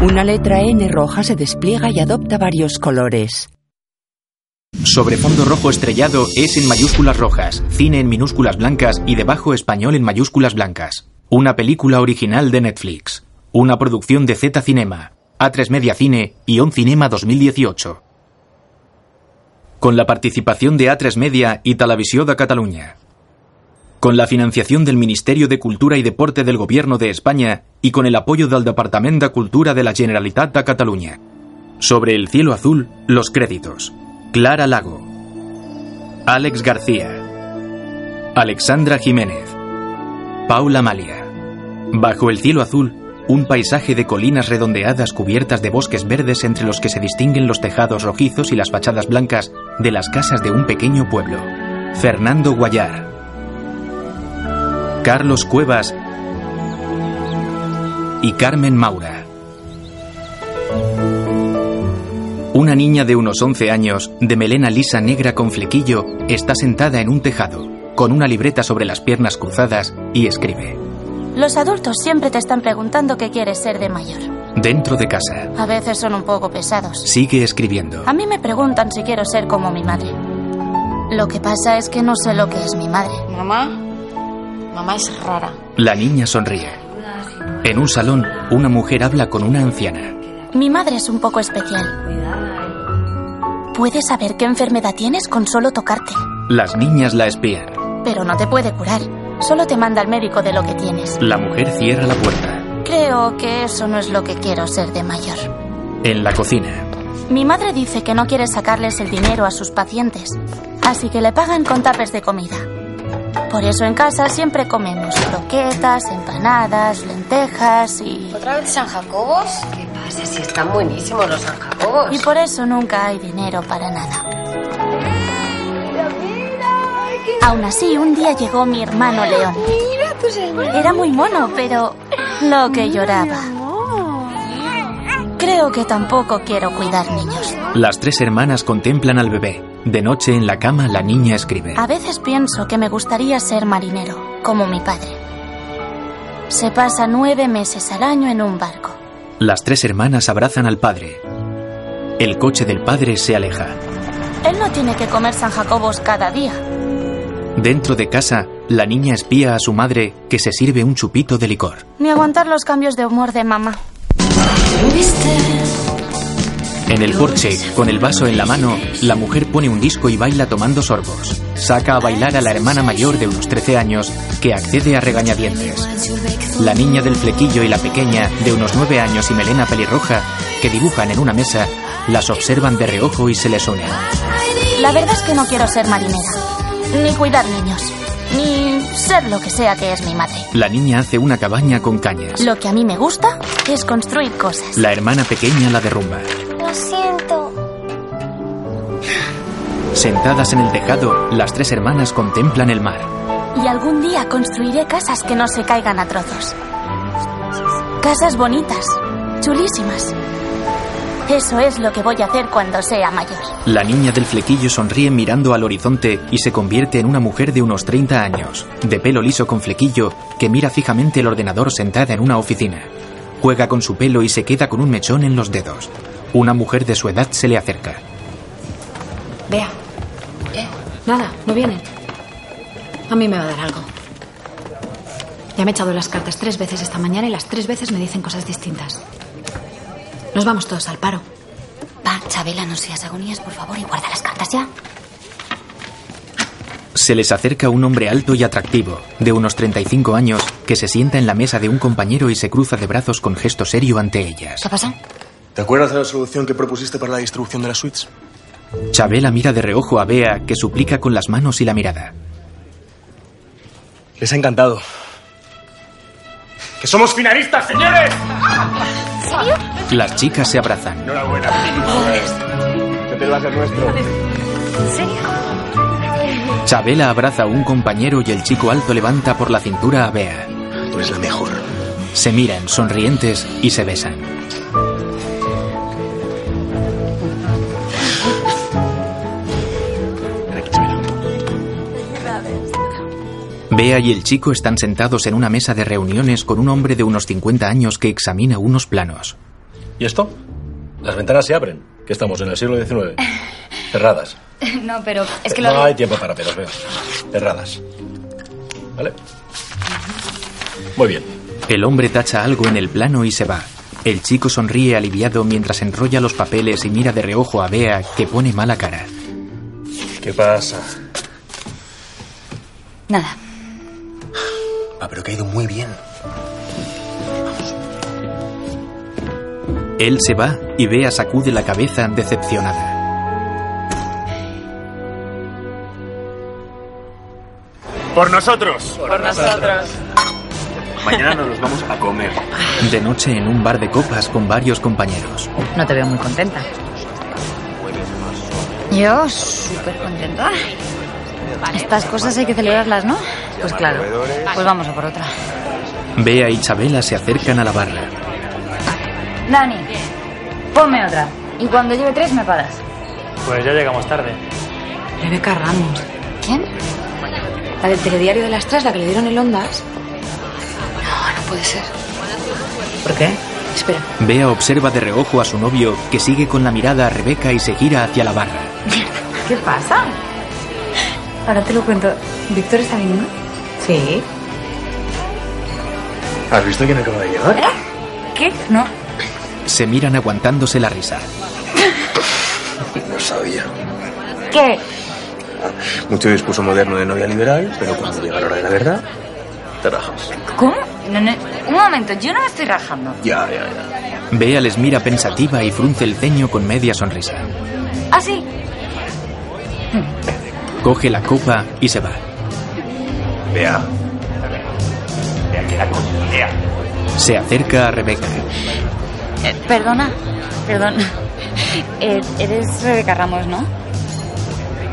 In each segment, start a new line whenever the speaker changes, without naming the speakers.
Una letra N roja se despliega y adopta varios colores.
Sobre fondo rojo estrellado es en mayúsculas rojas, cine en minúsculas blancas y debajo español en mayúsculas blancas. Una película original de Netflix. Una producción de Z Cinema, A3 Media Cine y On Cinema 2018. Con la participación de A3 Media y Televisió de Cataluña. Con la financiación del Ministerio de Cultura y Deporte del Gobierno de España y con el apoyo del Departamento de Cultura de la Generalitat de Cataluña. Sobre el cielo azul, los créditos. Clara Lago. Alex García. Alexandra Jiménez. Paula Malia. Bajo el cielo azul, un paisaje de colinas redondeadas cubiertas de bosques verdes entre los que se distinguen los tejados rojizos y las fachadas blancas de las casas de un pequeño pueblo. Fernando Guayar. Carlos Cuevas y Carmen Maura. Una niña de unos 11 años, de melena lisa negra con flequillo, está sentada en un tejado, con una libreta sobre las piernas cruzadas, y escribe.
Los adultos siempre te están preguntando qué quieres ser de mayor.
Dentro de casa,
A veces son un poco pesados.
sigue escribiendo.
A mí me preguntan si quiero ser como mi madre. Lo que pasa es que no sé lo que es mi madre.
Mamá, mamá es rara.
La niña sonríe. En un salón, una mujer habla con una anciana.
Mi madre es un poco especial. Puede saber qué enfermedad tienes con solo tocarte,
Las niñas la espían.
pero no te puede curar. Solo te manda al médico de lo que tienes.
La mujer cierra la puerta.
Creo que eso no es lo que quiero ser de mayor.
En la cocina,
Mi madre dice que no quiere sacarles el dinero a sus pacientes, así que le pagan con tapes de comida. Por eso en casa siempre comemos croquetas, empanadas, lentejas y...
¿Otra vez San Jacobos? ¿Qué pasa si están buenísimos los San Jacobos?
Y por eso nunca hay dinero para nada. Aún así, un día llegó mi hermano León.
pues,
Era muy mono, pero lo que lloraba. Creo que tampoco quiero cuidar niños.
las tres hermanas contemplan al bebé. De noche en la cama, la niña escribe.
A veces pienso que me gustaría ser marinero, como mi padre. Se pasa nueve meses al año en un barco.
Las tres hermanas abrazan al padre. El coche del padre se aleja.
Él no tiene que comer San Jacobos cada día.
Dentro de casa, la niña espía a su madre que se sirve un chupito de licor.
Ni aguantar los cambios de humor de mamá.
En el porche, con el vaso en la mano, la mujer pone un disco y baila tomando sorbos. Saca a bailar a la hermana mayor de unos 13 años, que accede a regañadientes. La niña del flequillo y la pequeña, de unos 9 años y melena pelirroja, que dibujan en una mesa, las observan de reojo y se les unen.
La verdad es que no quiero ser marinera. Ni cuidar niños. Ni ser lo que sea que es mi madre.
La niña hace una cabaña con cañas.
Lo que a mí me gusta es construir cosas.
La hermana pequeña la derrumba.
Lo siento.
Sentadas en el tejado, las tres hermanas contemplan el mar.
Y algún día construiré casas que no se caigan a trozos. Casas bonitas, chulísimas. Eso es lo que voy a hacer cuando sea mayor.
La niña del flequillo sonríe mirando al horizonte y se convierte en una mujer de unos 30 años, de pelo liso con flequillo, que mira fijamente el ordenador sentada en una oficina. Juega con su pelo y se queda con un mechón en los dedos. Una mujer de su edad se le acerca.
Vea.
Eh,
Nada, no viene. A mí me va a dar algo. Ya me he echado las cartas tres veces esta mañana y las tres veces me dicen cosas distintas. Nos vamos todos al paro.
Va, Chabela, no seas agonías, por favor, y guarda las cartas ya.
Se les acerca un hombre alto y atractivo, de unos 35 años, que se sienta en la mesa de un compañero y se cruza de brazos con gesto serio ante ellas.
¿Qué pasa?
¿Te acuerdas de la solución que propusiste para la distribución de las suites?
Chabela mira de reojo a Bea, que suplica con las manos y la mirada.
Les ha encantado. ¡Que somos finalistas, señores!
Las chicas se abrazan.
Enhorabuena. Ya te vas a nuestro.
Chabela abraza a un compañero y el chico alto levanta por la cintura a Bea.
Tú eres la mejor.
Se miran, sonrientes, y se besan. Bea y el chico están sentados en una mesa de reuniones con un hombre de unos 50 años que examina unos planos.
¿Y esto? Las ventanas se abren. Que estamos en el siglo XIX. Cerradas.
No, pero es que lo...
No hay tiempo para peros, veo. Cerradas. ¿Vale? Muy bien.
El hombre tacha algo en el plano y se va. El chico sonríe aliviado mientras enrolla los papeles y mira de reojo a Bea, que pone mala cara.
¿Qué pasa?
Nada.
Ah, pero que ha ido muy bien.
Él se va y Bea sacude la cabeza decepcionada.
Por nosotros.
Por nosotros.
Mañana nos los vamos a comer.
De noche en un bar de copas con varios compañeros.
No te veo muy contenta.
Yo súper contenta. Estas cosas hay que celebrarlas, ¿no?
Pues claro.
Pues vamos a por otra.
Bea y Chabela se acercan a la barra.
Dani, ponme otra. Y cuando lleve tres me pagas.
Pues ya llegamos tarde.
Rebeca Ramos.
¿Quién?
La del telediario de las tres, la que le dieron el Ondas.
No, no puede ser.
¿Por qué? Espera.
Bea observa de reojo a su novio, que sigue con la mirada a Rebeca y se gira hacia la barra.
¿Qué pasa? Ahora te lo cuento. ¿Víctor está viniendo?
Sí.
¿Has visto quién acaba de llegar?
¿Qué? No.
Se miran aguantándose la risa.
No sabía.
¿Qué?
Mucho discurso moderno de novia liberal, pero cuando llega la hora de la verdad, te rajas.
¿Cómo? No, no, Un momento, yo no me estoy rajando.
Ya, ya, ya.
Bea les mira pensativa y frunce el ceño con media sonrisa.
¿Ah, sí?
Coge la copa y se va.
Vea.
Se acerca a Rebeca.
Eh, perdona, perdón. Eh, eres Rebeca Ramos, ¿no?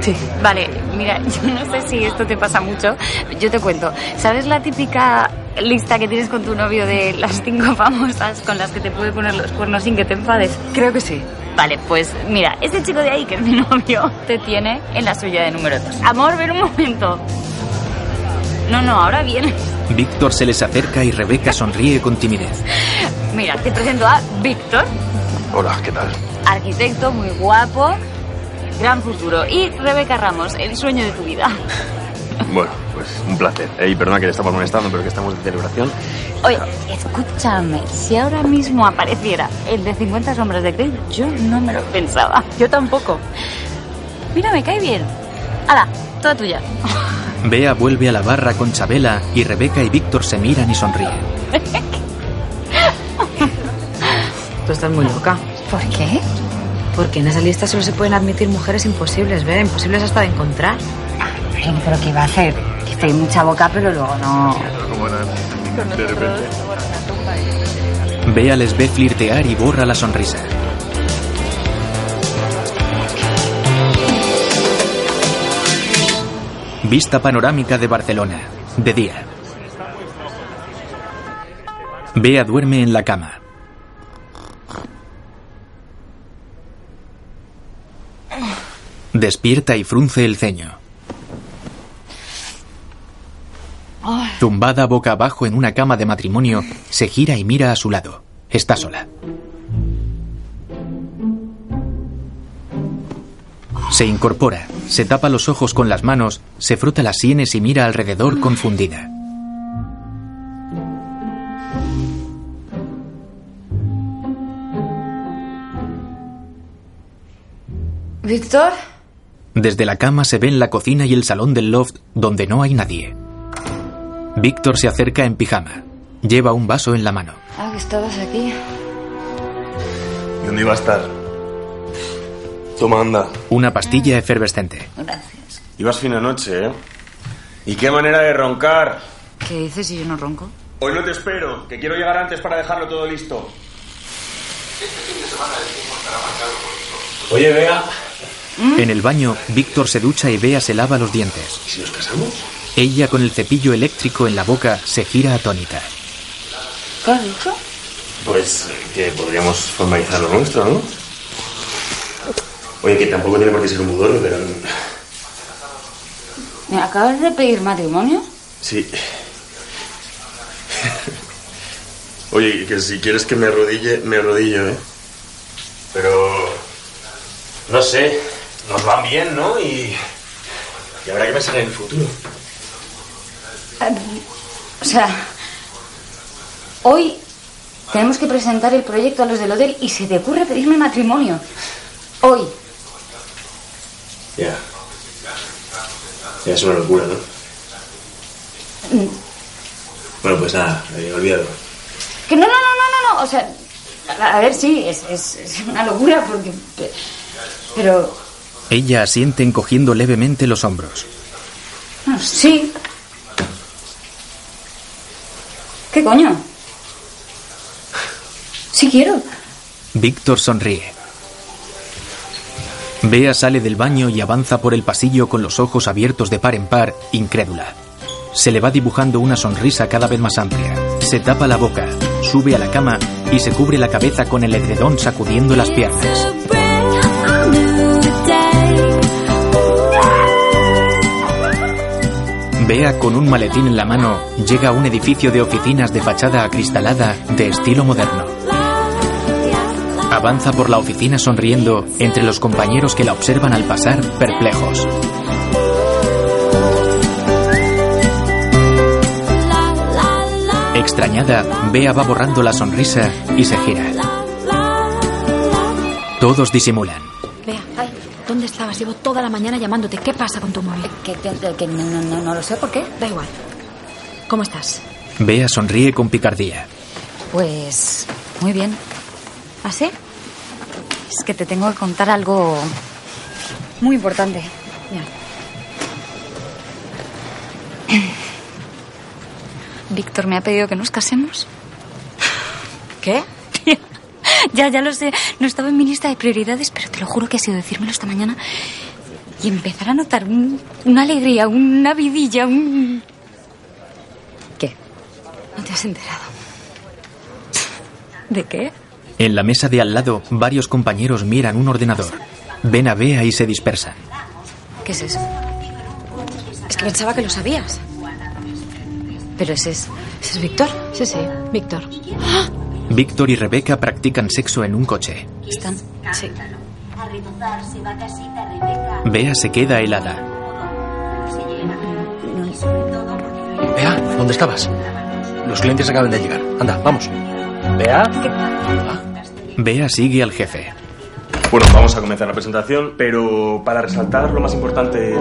Sí.
Vale, mira, yo no sé si esto te pasa mucho. Yo te cuento. ¿Sabes la típica lista que tienes con tu novio de las cinco famosas con las que te puede poner los cuernos sin que te enfades?
Creo que sí.
Vale, pues mira, este chico de ahí, que es mi novio, te tiene en la suya de número 2. Amor, ven un momento. No, no, ahora viene.
Víctor se les acerca y Rebeca sonríe con timidez.
Mira, te presento a Víctor,
Hola, ¿qué tal?
arquitecto muy guapo, gran futuro. Y Rebeca Ramos, el sueño de tu vida.
Bueno, pues un placer. Ey, perdona que le estamos molestando, pero que estamos de celebración.
Oye, escúchame, si ahora mismo apareciera el de 50 sombras de Grey, yo no me lo pensaba.
Yo tampoco.
Mira, me cae bien. Hala, toda tuya.
Bea vuelve a la barra con Chabela y Rebeca y Víctor se miran y sonríen.
Tú estás muy loca.
¿Por qué?
Porque en esa lista solo se pueden admitir mujeres imposibles, ¿ver? Imposibles hasta de encontrar.
Ay, pero ¿qué va a hacer? Que estoy mucha boca, pero luego no.
De repente.
Bea les ve flirtear y borra la sonrisa. Vista panorámica de Barcelona, de día. Bea duerme en la cama. Despierta y frunce el ceño. Tumbada boca abajo en una cama de matrimonio, se gira y mira a su lado. Está sola. Se incorpora, se tapa los ojos con las manos, se frota las sienes y mira alrededor confundida.
¿Víctor?
Desde la cama se ven la cocina y el salón del loft donde no hay nadie. Víctor se acerca en pijama. Lleva un vaso en la mano.
Ah, que estabas aquí.
¿Y dónde iba a estar? Toma, anda.
Una pastilla efervescente.
Gracias.
Ibas fina noche, ¿eh? ¿Y qué manera de roncar?
¿Qué dices si yo no ronco?
Hoy no te espero, que quiero llegar antes para dejarlo todo listo. Oye, Bea.
En el baño, Víctor se ducha y Bea se lava los dientes.
¿Y si nos casamos?
Ella, con el cepillo eléctrico en la boca, se gira atónita.
¿Qué has dicho?
Pues eh, que podríamos formalizar lo nuestro, ¿no? Oye, que tampoco tiene por qué ser un budorio, pero...
¿Me acabas de pedir matrimonio?
Sí. Oye, que si quieres que me arrodille, me arrodillo, ¿eh?
Pero. No sé. Nos van bien, ¿no? Y. Y habrá que pensar en el futuro.
O sea, hoy tenemos que presentar el proyecto a los del hotel y se te ocurre pedirme matrimonio. Hoy.
Ya. Ya es una locura, ¿no? Bueno, pues nada, eh, olvídalo.
Que no, no, no, no, no, no. O sea, a, a ver, sí, es, es- es una locura porque... Pero,
Ella asiente encogiendo levemente los hombros.
bueno, sí. ¿Qué coño? Sí quiero.
Víctor sonríe. Bea sale del baño y avanza por el pasillo con los ojos abiertos de par en par, incrédula. Se le va dibujando una sonrisa cada vez más amplia. Se tapa la boca, sube a la cama y se cubre la cabeza con el edredón sacudiendo las piernas. Bea con un maletín en la mano llega a un edificio de oficinas de fachada acristalada de estilo moderno. Avanza por la oficina sonriendo entre los compañeros que la observan al pasar perplejos. Extrañada, Bea va borrando la sonrisa y se gira. Todos disimulan.
Vea, ¿dónde estabas? Llevo toda la mañana llamándote. ¿Qué pasa con tu móvil?
Eh, Que, no, lo sé por qué.
Da igual. ¿Cómo estás?
Bea sonríe con picardía.
Pues muy bien. ¿Así? Es que te tengo que contar algo muy importante. Víctor me ha pedido que nos casemos. ¿Qué? ya, ya lo sé. No estaba en mi lista de prioridades, pero te lo juro que ha sido decírmelo esta mañana y empezar a notar un- una alegría, una vidilla, un... ¿Qué? ¿No te has enterado? ¿De qué?
En la mesa de al lado, varios compañeros miran un ordenador. Ven a Bea y se dispersan.
¿Qué es eso?
Es que pensaba que lo sabías.
Pero ese es...
¿Ese es Víctor? Sí, sí, Víctor.
Víctor y Rebeca practican sexo en un coche.
¿Están? Sí.
Bea se queda helada.
Bea, ¿dónde estabas? Los clientes acaban de llegar. Anda, vamos. Bea.
Bea sigue al jefe.
Bueno, vamos a comenzar la presentación, pero para resaltar lo más importante.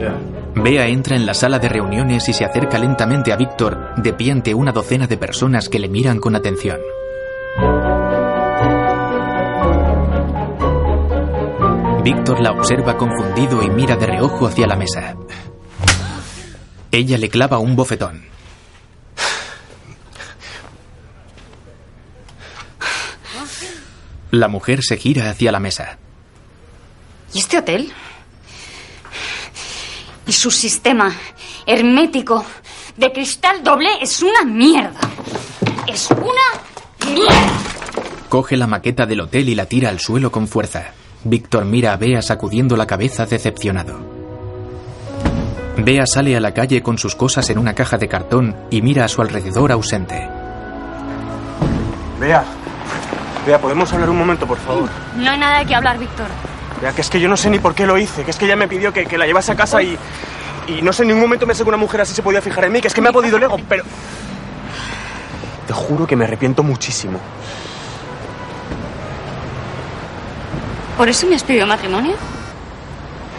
Ya.
Bea entra en la sala de reuniones y se acerca lentamente a Víctor, de pie ante una docena de personas que le miran con atención. Víctor la observa confundido y mira de reojo hacia la mesa. Ella le clava un bofetón. La mujer se gira hacia la mesa.
¿Y este hotel? Y su sistema hermético de cristal doble es una mierda. Es una mierda.
Coge la maqueta del hotel y la tira al suelo con fuerza. Víctor mira a Bea sacudiendo la cabeza decepcionado. Bea sale a la calle con sus cosas en una caja de cartón y mira a su alrededor ausente.
Vea, vea, ¿podemos hablar un momento, por favor?
No hay nada de qué hablar, Víctor.
Vea, que es que yo no sé ni por qué lo hice, que es que ella me pidió que, que la llevase a casa y. Y no sé, en ningún momento pensé que una mujer así se podía fijar en mí, que es que me ha podido el ego, pero. Te juro que me arrepiento muchísimo.
¿Por eso me has pedido matrimonio?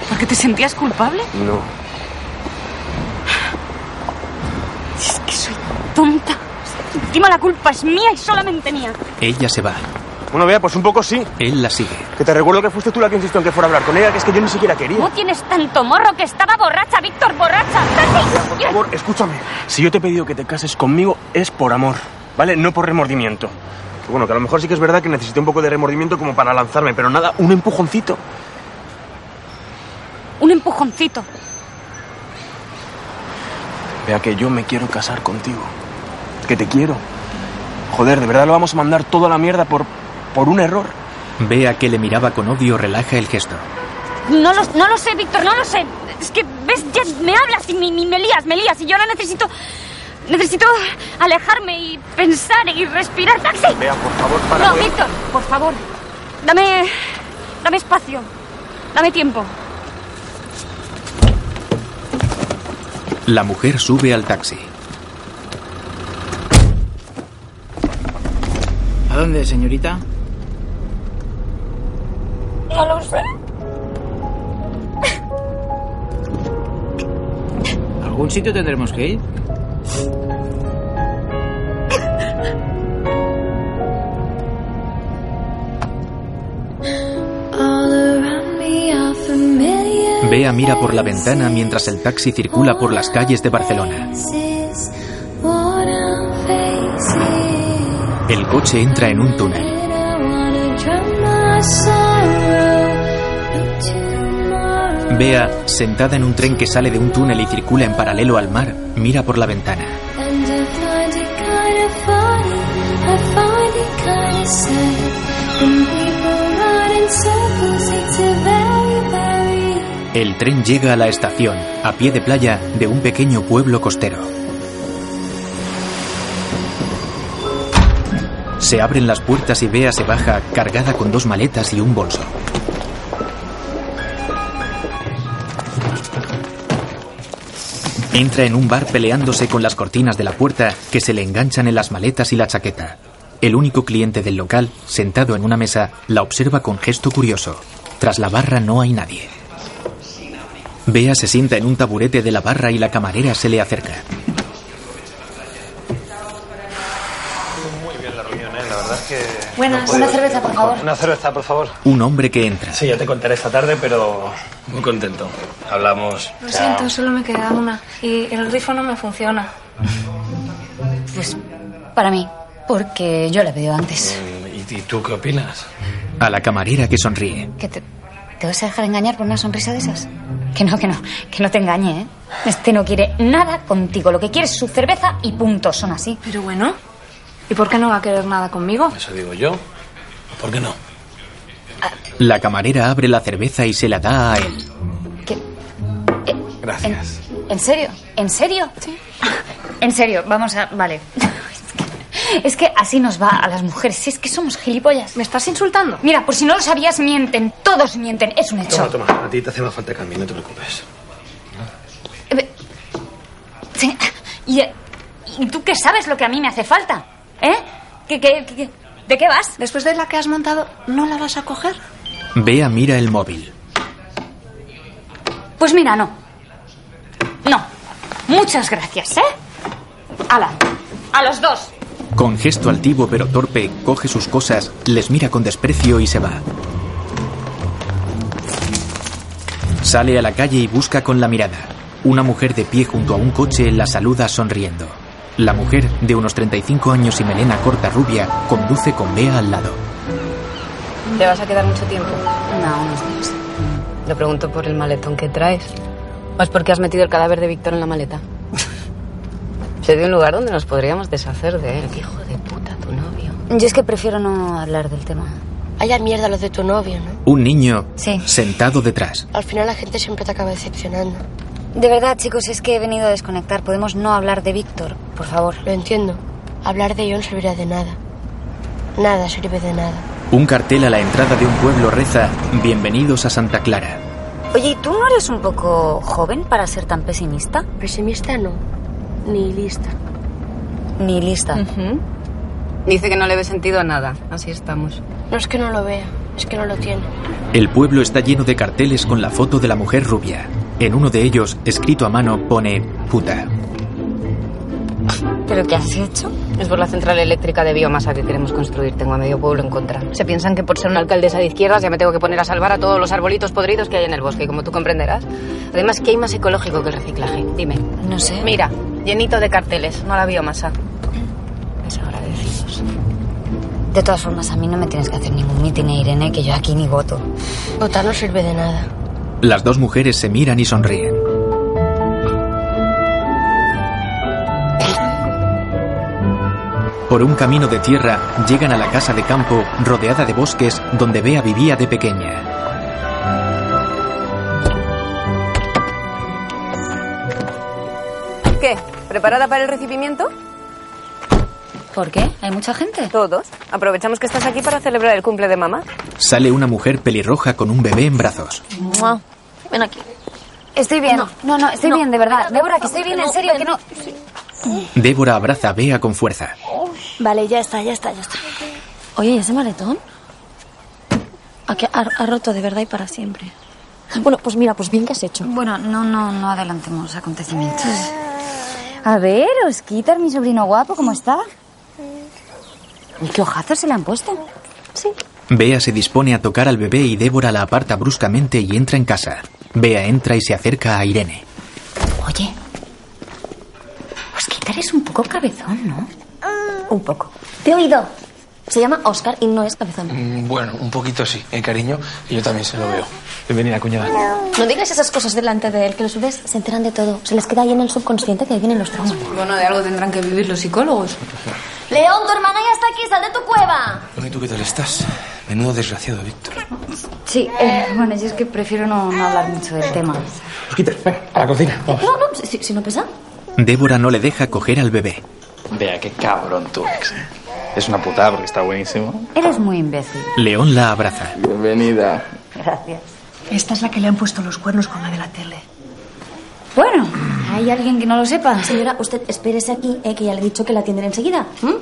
¿Porque te sentías culpable?
No.
Es que soy tonta. Encima la culpa es mía y solamente mía.
Ella se va.
Bueno, vea, pues un poco sí.
Él la sigue.
Que te recuerdo que fuiste tú la que insistió en que fuera a hablar con ella, que es que yo ni siquiera
No
quería.
tienes tanto morro que estaba borracha, Víctor, borracha.
Por favor, escúchame. Si yo te he pedido que te cases conmigo, es por amor, ¿vale? No por remordimiento. Que bueno, que a lo mejor sí que es verdad que necesité un poco de remordimiento como para lanzarme, pero nada, un empujoncito.
Un empujoncito.
Vea que yo me quiero casar contigo. Que te quiero. Joder, de verdad lo vamos a mandar toda la mierda por, por un error.
Bea, que le miraba con odio, relaja el gesto.
No lo, no lo sé, Víctor, no lo sé. Es que, ves, ya me hablas y me, me- me lías, me lías. Y yo ahora necesito. Necesito alejarme y pensar y respirar. ¡Taxi!
Vea, por favor, para.
No,
poder-
Víctor, por favor. Dame. Dame espacio. Dame tiempo.
La mujer sube al taxi.
¿A dónde, señorita?
No lo sé.
¿A algún sitio tendremos que ir?
Bea mira por la ventana mientras el taxi circula por las calles de Barcelona. El coche entra en un túnel. Bea, sentada en un tren que sale de un túnel y circula en paralelo al mar, mira por la ventana. El tren llega a la estación, a pie de playa de un pequeño pueblo costero. Se abren las puertas y Bea se baja cargada con dos maletas y un bolso. Entra en un bar peleándose con las cortinas de la puerta que se le enganchan en las maletas y la chaqueta. El único cliente del local, sentado en una mesa, la observa con gesto curioso. Tras la barra no hay nadie. Bea se sienta en un taburete de la barra y la camarera se le acerca.
Muy bien la reunión, ¿eh? La verdad es que...
Buenas,
no he podido-
una cerveza, por favor.
Una cerveza, por favor.
Un hombre que entra.
Sí, ya te contaré esta tarde, pero muy contento. Hablamos.
Lo
Chao.
siento, solo me queda una. Y el grifo no me funciona.
Pues para mí, porque yo la he pedido antes.
Eh, ¿Y, y tú qué opinas?
A la camarera que sonríe.
¿Que te, te vas a dejar engañar por una sonrisa de esas? Que no, que no, que no te engañe, ¿eh? Este no quiere nada contigo. Lo que quiere es su cerveza y punto. Son así.
Pero bueno, ¿y por qué no va a querer nada conmigo?
Eso digo yo. ¿Por qué no?
La camarera abre la cerveza y se la da a él.
Gracias.
¿En serio? ¿En serio? Sí. En serio, vamos a. Vale. Es que, es que así nos va a las mujeres. Si es que somos gilipollas.
¿Me estás insultando?
Mira, por si no lo sabías, mienten. Todos mienten. Es un hecho.
Toma, toma. A ti te hace más falta cambio, no te preocupes.
Eh, Sí, ¿Y, eh, y tú qué sabes lo que a mí me hace falta? ¿Eh? ¿Qué, qué, qué- de qué vas?
Después de la que has montado, ¿no la vas a coger?
Bea mira el móvil.
Pues mira, no. No. Muchas gracias, ¿eh? Ala. A los dos.
Con gesto altivo pero torpe, coge sus cosas, les mira con desprecio y se va. Sale a la calle y busca con la mirada. Una mujer de pie junto a un coche la saluda sonriendo. La mujer, de unos 35 años y melena corta rubia, conduce con Bea al lado.
¿Te vas a quedar mucho tiempo?
No, unos días.
Lo pregunto por el maletón que traes. ¿O es porque has metido el cadáver de Víctor en la maleta? Se dio un lugar donde nos podríamos deshacer de él. Hijo de puta, tu novio.
Yo es que prefiero no hablar del tema.
Vaya mierda los de tu novio, ¿no?
Un niño
Sí.
sentado detrás.
Al final la gente siempre te acaba decepcionando.
De verdad, chicos, es que he venido a desconectar. Podemos no hablar de Víctor, por favor.
Lo entiendo. Hablar de John servirá de nada. Nada sirve de nada.
Un cartel a la entrada de un pueblo reza Bienvenidos a Santa Clara.
Oye, ¿y tú no eres un poco joven para ser tan pesimista?
Pesimista no. Ni lista.
Ni lista.
Dice que no le ve sentido a nada. Así estamos.
No es que no lo vea, es que no lo tiene.
El pueblo está lleno de carteles con la foto de la mujer rubia. En uno de ellos, escrito a mano, pone puta.
¿Pero qué has hecho?
Es por la central eléctrica de biomasa que queremos construir. Tengo a medio pueblo en contra. Se piensan que por ser una alcaldesa de izquierdas ya me tengo que poner a salvar a todos los arbolitos podridos que hay en el bosque, como tú comprenderás. Además, ¿qué hay más ecológico que el reciclaje? Dime.
No sé.
Mira, llenito de carteles, no la biomasa. Desagradecidos.
De todas formas, a mí no me tienes que hacer ningún mitin, eh, Irene, que yo aquí ni voto.
Votar no sirve de nada.
Las dos mujeres se miran y sonríen. Por un camino de tierra llegan a la casa de campo rodeada de bosques donde Bea vivía de pequeña.
¿Qué? ¿Preparada para el recibimiento?
¿Por qué? ¿Hay mucha gente?
Todos. Aprovechamos que estás aquí para celebrar el cumple de mamá.
Sale una mujer pelirroja con un bebé en brazos.
Mua. Ven aquí.
Estoy bien. No, no, estoy bien, de verdad. Débora, que estoy bien, en serio, que no.
Débora abraza a Bea con fuerza.
Vale, ya está, ya está, ya está. Oye, ¿y ese maletón? ¿A qué? ha, ha roto de verdad y para siempre. Bueno, pues mira, pues bien que has hecho.
Bueno, no, no, no adelantemos acontecimientos. A ver, Osquitar, mi sobrino guapo, ¿cómo está? ¿Y qué ojazos se le han puesto? Sí.
Bea se dispone a tocar al bebé y Débora la aparta bruscamente y entra en casa. Bea entra y se acerca a Irene.
Oye, Osquitar es un poco cabezón, ¿no?
Un poco. Te he oído. Se llama Oscar y no es cabezón.
Mm, Bueno, un poquito sí, eh, cariño. Y yo también se lo veo. Bienvenida, cuñada.
No digas esas cosas delante de él, que los bebés se enteran de todo. Se les queda ahí en el subconsciente que ahí vienen los traumas.
Bueno, de algo tendrán que vivir los psicólogos.
León, tu hermana ya está aquí, sal de tu cueva.
Bueno, ¿y tú qué tal estás? Menudo desgraciado, Víctor.
Sí, eh, bueno, yo es que prefiero no, no hablar mucho del tema.
Osquitar, ven,
Eh.
a la cocina. Vamos.
No, no, si, si no pesa.
Débora no le deja coger al bebé.
Vea, qué cabrón tú, ex. Es una putada porque está buenísimo.
Eres muy imbécil.
León la abraza.
Bienvenida.
Gracias.
Esta es la que le han puesto los cuernos con la de la tele.
Bueno, hay alguien que no lo sepa.
Señora, usted espérese aquí, eh, que ya le he dicho que la atienden enseguida. ¿Mm?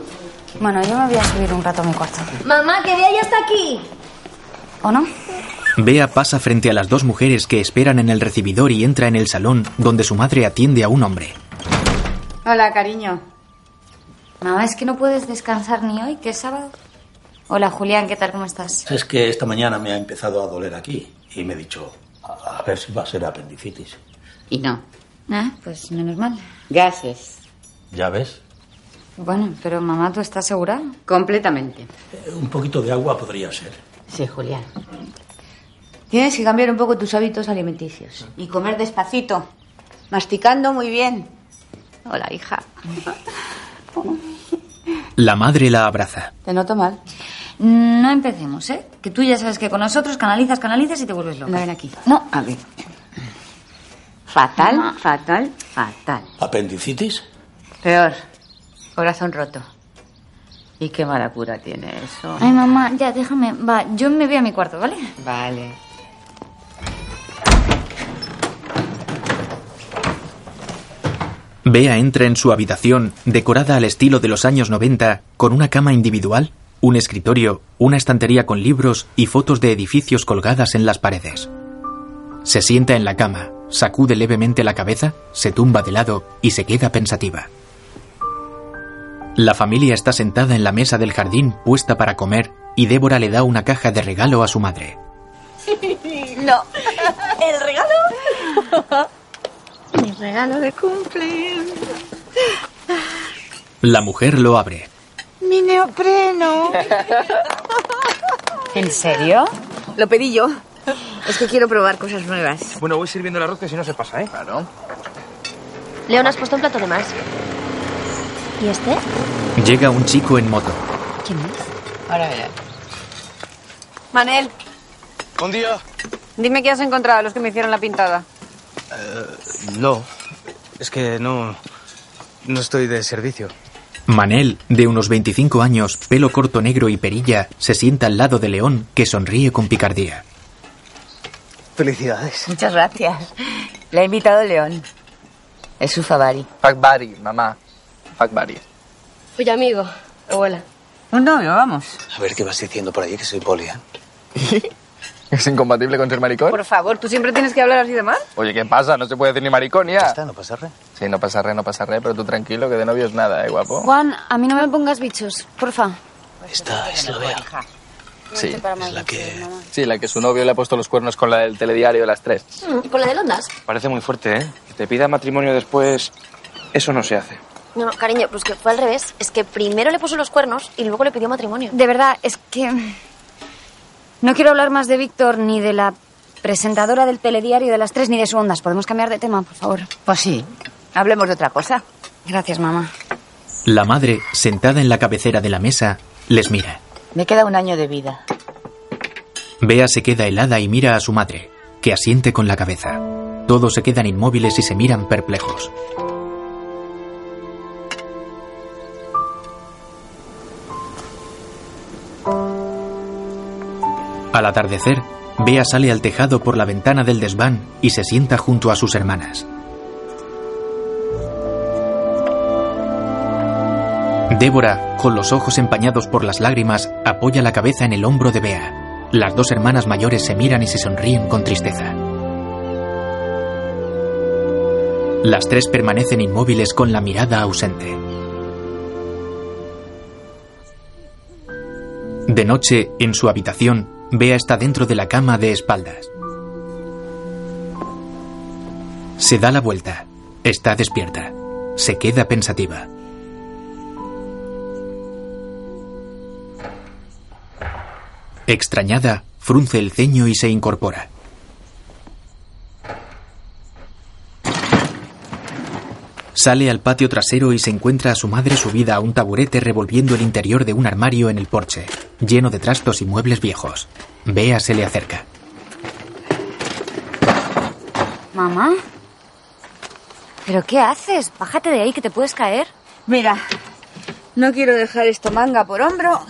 Bueno, yo me voy a subir un rato a mi cuarto.
Mamá, que Bea ya está aquí.
¿O no?
Bea pasa frente a las dos mujeres que esperan en el recibidor y entra en el salón donde su madre atiende a un hombre.
Hola, cariño.
Mamá, es que no puedes descansar ni hoy, que es sábado. Hola, Julián, ¿qué tal? ¿Cómo estás?
Es que esta mañana me ha empezado a doler aquí y me he dicho, a, a ver si va a ser apendicitis.
Y no.
Ah, pues menos mal.
Gases.
¿Ya ves?
Bueno, pero mamá, ¿tú estás segura?
Completamente.
Eh, un poquito de agua podría ser.
Sí, Julián. Tienes que cambiar un poco tus hábitos alimenticios y comer despacito, masticando muy bien. Hola, hija.
La madre la abraza.
Te noto mal.
No empecemos, ¿eh? Que tú ya sabes que con nosotros canalizas, canalizas y te vuelves loca.
No, ven aquí.
No.
A ver. Fatal, fatal, fatal.
¿Apendicitis?
Peor. Corazón roto. Y qué mala cura tiene eso.
Ay, mamá, ya, déjame. Va, yo me voy a mi cuarto, ¿vale?
Vale.
Bea entra en su habitación, decorada al estilo de los años 90, con una cama individual, un escritorio, una estantería con libros y fotos de edificios colgadas en las paredes. Se sienta en la cama, sacude levemente la cabeza, se tumba de lado y se queda pensativa. La familia está sentada en la mesa del jardín puesta para comer y Débora le da una caja de regalo a su madre.
No. ¿El regalo? Mi regalo de cumple.
La mujer lo abre.
Mi neopreno.
¿En serio?
Lo pedí yo. Es que quiero probar cosas nuevas.
Bueno, voy sirviendo el arroz que si no se pasa, ¿eh? Claro.
León, has puesto un plato de más. ¿Y este?
Llega un chico en moto.
¿Quién es?
Ahora verás. Manel,
Buen día.
dime qué has encontrado, los que me hicieron la pintada.
Eh, no. Es que no. No estoy de servicio.
Manel, de unos 25 años, pelo corto negro y perilla, se sienta al lado de León, que sonríe con picardía.
Felicidades.
Muchas gracias. La ha invitado León. Es su Favari.
Pac-Bari, mamá. Pac-Bari.
Oye, amigo, abuela.
Un novio, vamos.
A ver qué vas diciendo por allí que soy poli, ¿eh? ¿Es incompatible con ser maricón?
Por favor, ¿tú siempre tienes que hablar así de mal?
Oye, ¿qué pasa? No se puede decir ni maricón ya.
Está, no pasa re.
Sí, no pasa re, no pasa re, pero tú tranquilo, que de novios nada, ¿eh, guapo?
Juan, a mí no me pongas bichos, porfa.
Esta es la Bea. Sí, es la que...
Sí, la que su novio le ha puesto los cuernos con la del telediario de las tres.
¿Con la Mm, de Ondas?
Parece muy fuerte, ¿eh? Que te pida matrimonio después, eso no se hace.
No, no, cariño, pues que fue al revés. Es que primero le puso los cuernos y luego le pidió matrimonio.
De verdad, es que. No quiero hablar más de Víctor ni de la presentadora del telediario de las tres ni de su ondas. ¿Podemos cambiar de tema, por favor?
Pues sí. Hablemos de otra cosa.
Gracias, mamá.
La madre, sentada en la cabecera de la mesa, les mira.
Me queda un año de vida.
Bea se queda helada y mira a su madre, que asiente con la cabeza. Todos se quedan inmóviles y se miran perplejos. Al atardecer, Bea sale al tejado por la ventana del desván y se sienta junto a sus hermanas. Débora, con los ojos empañados por las lágrimas, apoya la cabeza en el hombro de Bea. Las dos hermanas mayores se miran y se sonríen con tristeza. Las tres permanecen inmóviles con la mirada ausente. De noche, en su habitación, Bea está dentro de la cama de espaldas. Se da la vuelta. Está despierta. Se queda pensativa. Extrañada, frunce el ceño y se incorpora. Sale al patio trasero y se encuentra a su madre subida a un taburete revolviendo el interior de un armario en el porche, lleno de trastos y muebles viejos. Bea se le acerca.
Mamá. ¿Pero qué haces? Bájate de ahí que te puedes caer.
Mira, no quiero dejar esta manga por hombro,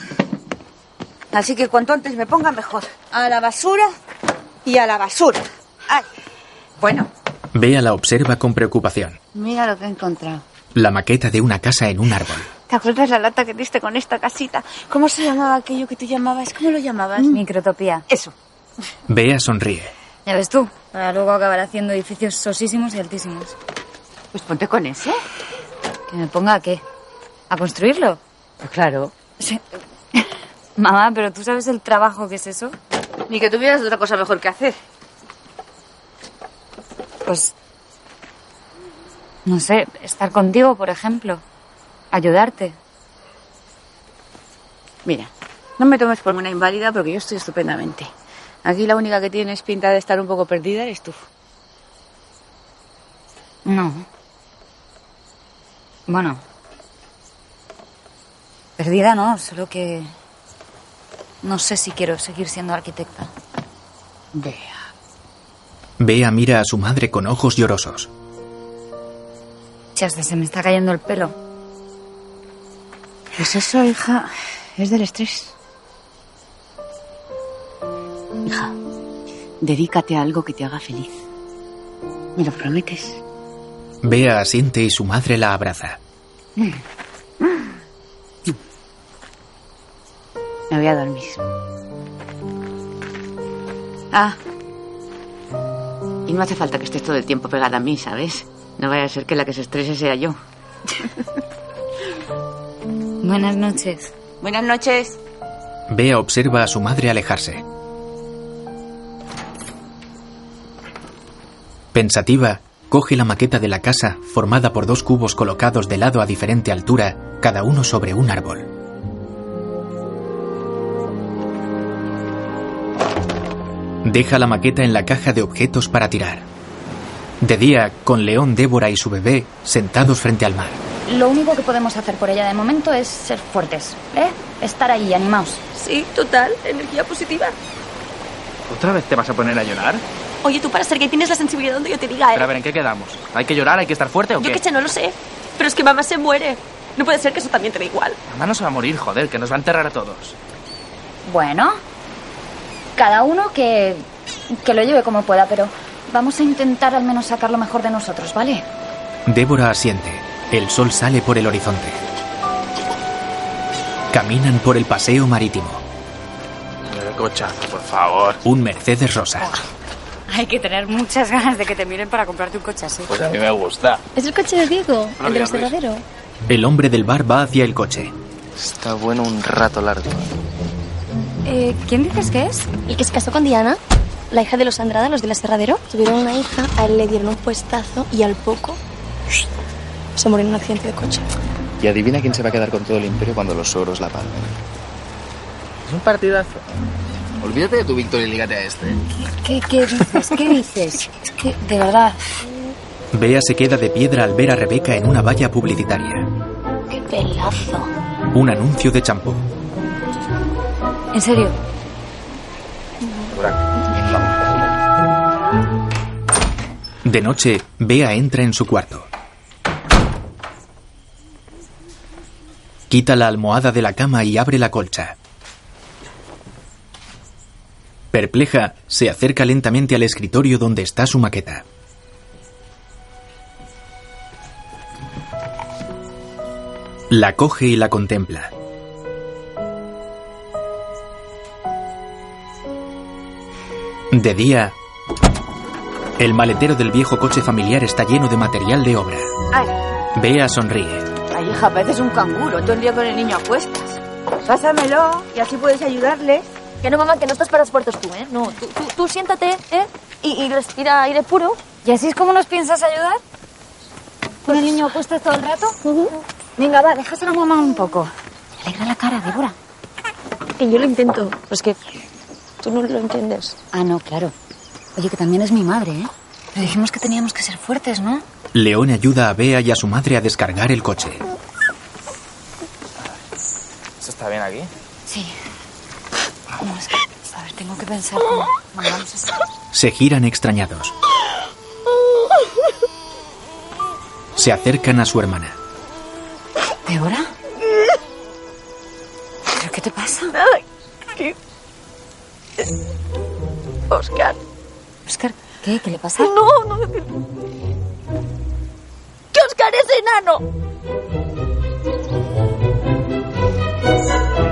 así que cuanto antes me ponga mejor. A la basura y a la basura. Ay, bueno,
Bea la observa con preocupación.
mira lo que he encontrado.
La maqueta de una casa en un árbol.
¿Te acuerdas la lata que diste con esta casita? ¿Cómo se llamaba aquello que tú llamabas? ¿Cómo lo llamabas?
Microtopía.
Eso.
Bea sonríe.
Ya ves tú. Para luego acabar haciendo edificios sosísimos y altísimos.
Pues ponte con ese.
¿Que me ponga a qué? ¿A construirlo?
Pues claro.
Mamá, pero tú sabes el trabajo que es eso.
Ni que tuvieras otra cosa mejor que hacer.
Pues. No sé, estar contigo, por ejemplo. Ayudarte.
Mira, no me tomes por una inválida porque yo estoy estupendamente. Aquí la única que tienes pinta de estar un poco perdida eres tú.
No. Bueno. Perdida no, solo que. No sé si quiero seguir siendo arquitecta.
Vea.
Bea mira a su madre con ojos llorosos.
Chas, se me está cayendo el pelo.
Pues eso, hija, es del estrés. Hija, dedícate a algo que te haga feliz. ¿Me lo prometes?
Bea asiente y su madre la abraza.
Me voy a dormir. Ah. Y no hace falta que estés todo el tiempo pegada a mí, ¿sabes? No vaya a ser que la que se estrese sea yo.
Buenas noches.
Buenas noches.
Bea observa a su madre alejarse. Pensativa, coge la maqueta de la casa, formada por dos cubos colocados de lado a diferente altura, cada uno sobre un árbol. Deja la maqueta en la caja de objetos para tirar. De día, con León, Débora y su bebé sentados frente al mar.
Lo único que podemos hacer por ella de momento es ser fuertes, ¿eh? Estar ahí, animaos.
Sí, total, energía positiva.
¿Otra vez te vas a poner a llorar?
Oye, tú para ser gay tienes la sensibilidad donde yo te diga, ¿eh?
Pero a ver, ¿en qué quedamos? ¿Hay que llorar? ¿Hay que estar fuerte o
yo
qué?
que sé, no lo sé. Pero es que mamá se muere. No puede ser que eso también te dé igual.
Mamá no se va a morir, joder, que nos va a enterrar a todos.
Bueno, cada uno que, que lo lleve como pueda, pero vamos a intentar al menos sacar lo mejor de nosotros, ¿vale?
Débora asiente. El sol sale por el horizonte. Caminan por el paseo marítimo.
El cochazo, Eh, por favor.
Un Mercedes rosa.
Hay que tener muchas ganas de que te miren para comprarte un coche así.
Pues a mí me gusta.
Es el coche de Diego,
el del cerradero.
El hombre del bar va hacia el coche.
Está bueno un rato largo.
Eh, ¿Quién dices que es?
El que se casó con Diana, la hija de los Andrada, los del aserradero. Tuvieron una hija, a él le dieron un puestazo y al poco se murió en un accidente de coche.
Y adivina quién se va a quedar con todo el imperio cuando los oros la palmen. Es un partidazo. Olvídate de tu victoria y lígate a este.
¿Qué, qué dices? ¿Qué dices? Es que, de verdad,
Bea se queda de piedra al ver a Rebeca en una valla publicitaria.
qué pelazo.
Un anuncio de champú.
En serio,
De noche, Bea entra en su cuarto. Quita la almohada de la cama y abre la colcha. Perpleja, se acerca lentamente al escritorio donde está su maqueta. La coge y la contempla. De día, el maletero del viejo coche familiar está lleno de material de obra.
Ay,
Bea sonríe.
ay, hija, pareces un canguro. Todo el día con el niño a cuestas. Pásamelo y así puedes ayudarles.
Que no, mamá, que no estás para esfuerzos tú, ¿eh? No, tú, tú, tú siéntate, ¿eh? Y, y respira aire puro. ¿Y así es como nos Pues- piensas ayudar?
¿Con el niño acuestas todo el rato? Venga, va, déjaselo a mamá un poco. Alegra la cara, Débora.
Que yo lo intento. Pues que tú no lo entiendes.
Ah, no, claro. Oye, que también es mi madre, ¿eh? Le dijimos que teníamos que ser fuertes, ¿no?
León ayuda a Bea y a su madre a descargar el coche.
¿Eso está bien aquí?
Sí. No, es que, a ver, tengo que pensar cómo mandamos esto.
Se giran extrañados. Se acercan a su hermana.
¿Débora? ¿Pero qué te pasa?
Oscar.
Oscar, ¿qué? ¿Qué le pasa?
No, no. ¡Que Oscar es enano!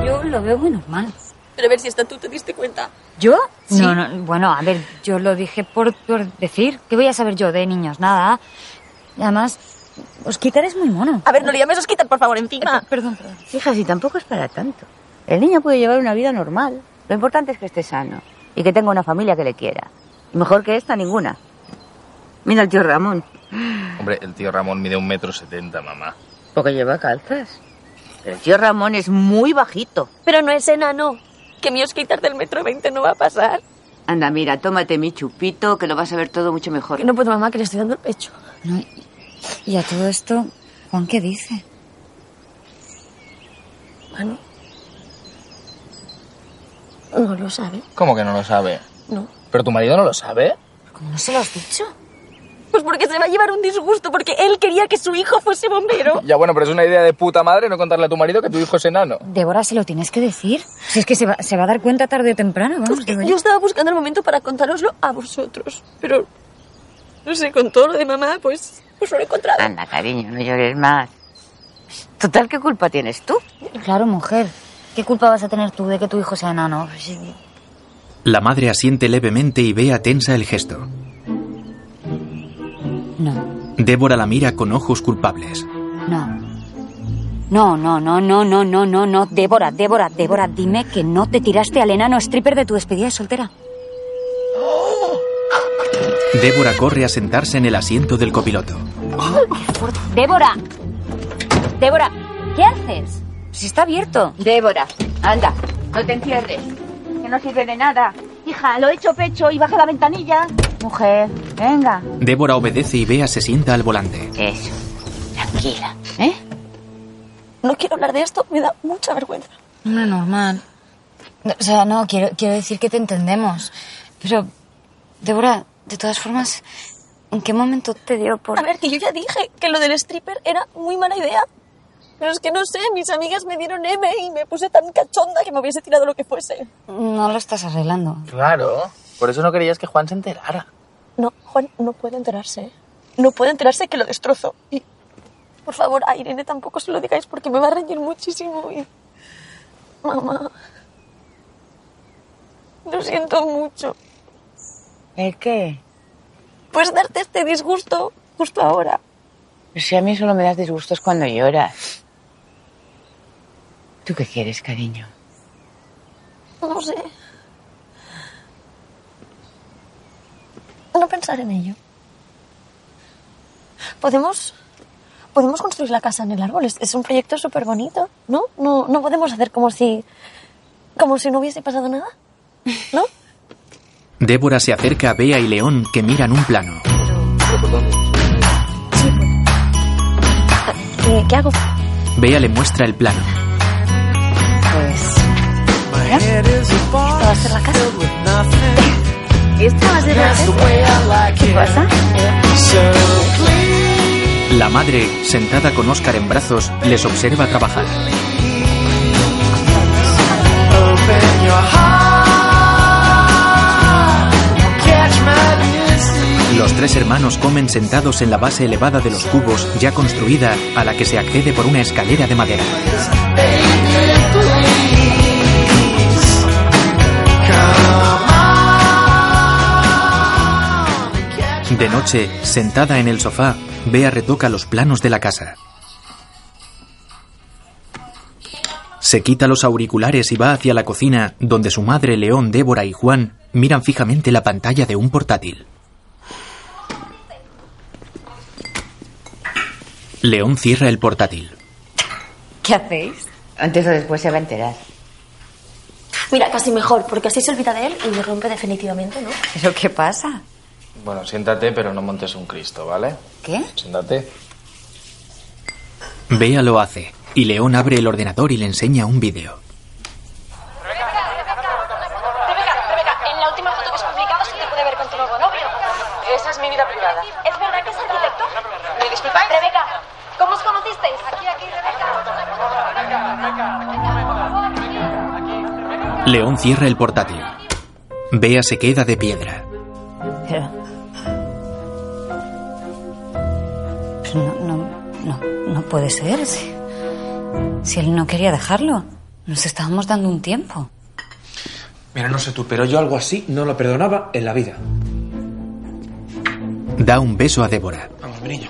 Yo lo veo muy normal.
Pero a ver si hasta tú te diste cuenta.
¿Yo? No, no, bueno, a ver, yo lo dije por, por decir. ¿Qué voy a saber yo de niños? Nada. Y además, Osquitar es muy mono. Eh,
A ver, no le llames Osquitar, por favor, encima.
perdón,
Hija, si tampoco es para tanto. El niño puede llevar una vida normal. Lo importante es que esté sano y que tenga una familia que le quiera. Y Mejor que esta, ninguna. Mira al tío Ramón.
Hombre, el tío Ramón mide un metro setenta, mamá.
Porque lleva calzas. Pero el tío Ramón es muy bajito.
Pero no es enano. Que mi Osquitar del metro veinte no va a pasar.
Anda, mira, tómate mi chupito, que lo vas a ver todo mucho mejor.
no puedo, mamá, que le estoy dando el pecho.
Y a todo esto, Juan, ¿qué dice?
Bueno. No lo sabe.
¿Cómo que no lo sabe?
No.
¿Pero tu marido no lo sabe?
¿Cómo no se lo has dicho?
Pues porque se va a llevar un disgusto, porque él quería que su hijo fuese bombero.
Ya bueno, pero es una idea de puta madre no contarle a tu marido que tu hijo es enano.
Débora, se lo tienes que decir. Si es que se va, se va a dar cuenta tarde o temprano, vamos. digo
Yo estaba buscando el momento para contároslo a vosotros, pero no sé, con todo lo de mamá, pues, pues lo he encontrado.
Anda, cariño, no llores más. Total, ¿qué culpa tienes tú?
Claro, mujer. ¿Qué culpa vas a tener tú de que tu hijo sea enano? Pues
La madre asiente levemente y Bea tensa el gesto.
No.
Débora la mira con ojos culpables.
No. No, no, no, no, no, no, no, no. Débora, Débora, Débora, dime que no te tiraste al enano stripper de tu despedida de soltera.
Débora corre a sentarse en el asiento del copiloto.
Débora. Débora, ¿qué haces? Si está abierto.
Débora, anda, no te encierres.
Que no sirve de nada. Hija, lo he hecho pecho y baja la ventanilla. Mujer, venga.
Débora obedece y Bea se sienta al volante.
Eso. Tranquila.
¿eh?
No quiero hablar de esto, me da mucha vergüenza.
No, normal. No, O sea, no, quiero, quiero decir que te entendemos. Pero, Débora, de todas formas, ¿en qué momento te dio por...?
A ver, que yo ya dije que lo del stripper era muy mala idea. Pero es que no sé, mis amigas me dieron M y me puse tan cachonda que me hubiese tirado lo que fuese.
No lo estás arreglando.
Claro. Por eso no querías que Juan se enterara.
No, Juan no puede enterarse. ¿eh? No puede enterarse que lo destrozo. Y por favor, a Irene tampoco se lo digáis porque me va a reñir muchísimo. Y... Mamá, lo siento mucho.
¿El qué?
Pues darte este disgusto justo ahora.
Si a mí solo me das disgustos cuando lloras. ¿Tú qué quieres, cariño?
No sé. No pensar en ello. Podemos. Podemos construir la casa en el árbol. Es, es un proyecto súper bonito, ¿no? ¿no? No podemos hacer como si. como si no hubiese pasado nada. ¿No?
Débora se acerca a Bea y León que miran un plano.
¿Qué, qué hago?
Bea le muestra el plano.
Pues. Esta va a ser la casa.
Esta va a ser la casa. ¿Qué pasa?
La madre, sentada con Oscar en brazos, les observa trabajar.
Open your heart.
tres hermanos comen sentados en la base elevada de los cubos ya construida a la que se accede por una escalera de madera. De noche, sentada en el sofá, Bea retoca los planos de la casa. Se quita los auriculares y va hacia la cocina, donde su madre, León, Débora y Juan miran fijamente la pantalla de un portátil. León cierra el portátil.
¿Qué hacéis? Antes o después se va a enterar.
Mira, casi mejor, porque así se olvida de él y le rompe definitivamente, ¿no?
¿Pero qué pasa?
Bueno, siéntate, pero no montes un Cristo, ¿vale?
¿Qué?
Siéntate.
Bea lo hace, y León abre el ordenador y le enseña un vídeo.
en la última foto que has publicado se te puede ver con tu nuevo novio. Esa es mi vida privada. ¿Es verdad que es arquitecto? ¿Me disculpáis? Rebeca, ¿cómo os conocisteis? Aquí, aquí,
León cierra el portátil. Bea se queda de piedra.
Pero... Pero no, no, no, no puede ser. Si, si él no quería dejarlo, nos estábamos dando un tiempo.
Mira, no sé tú, pero yo algo así no lo perdonaba en la vida.
Da un beso a Débora.
Vamos, mi niño.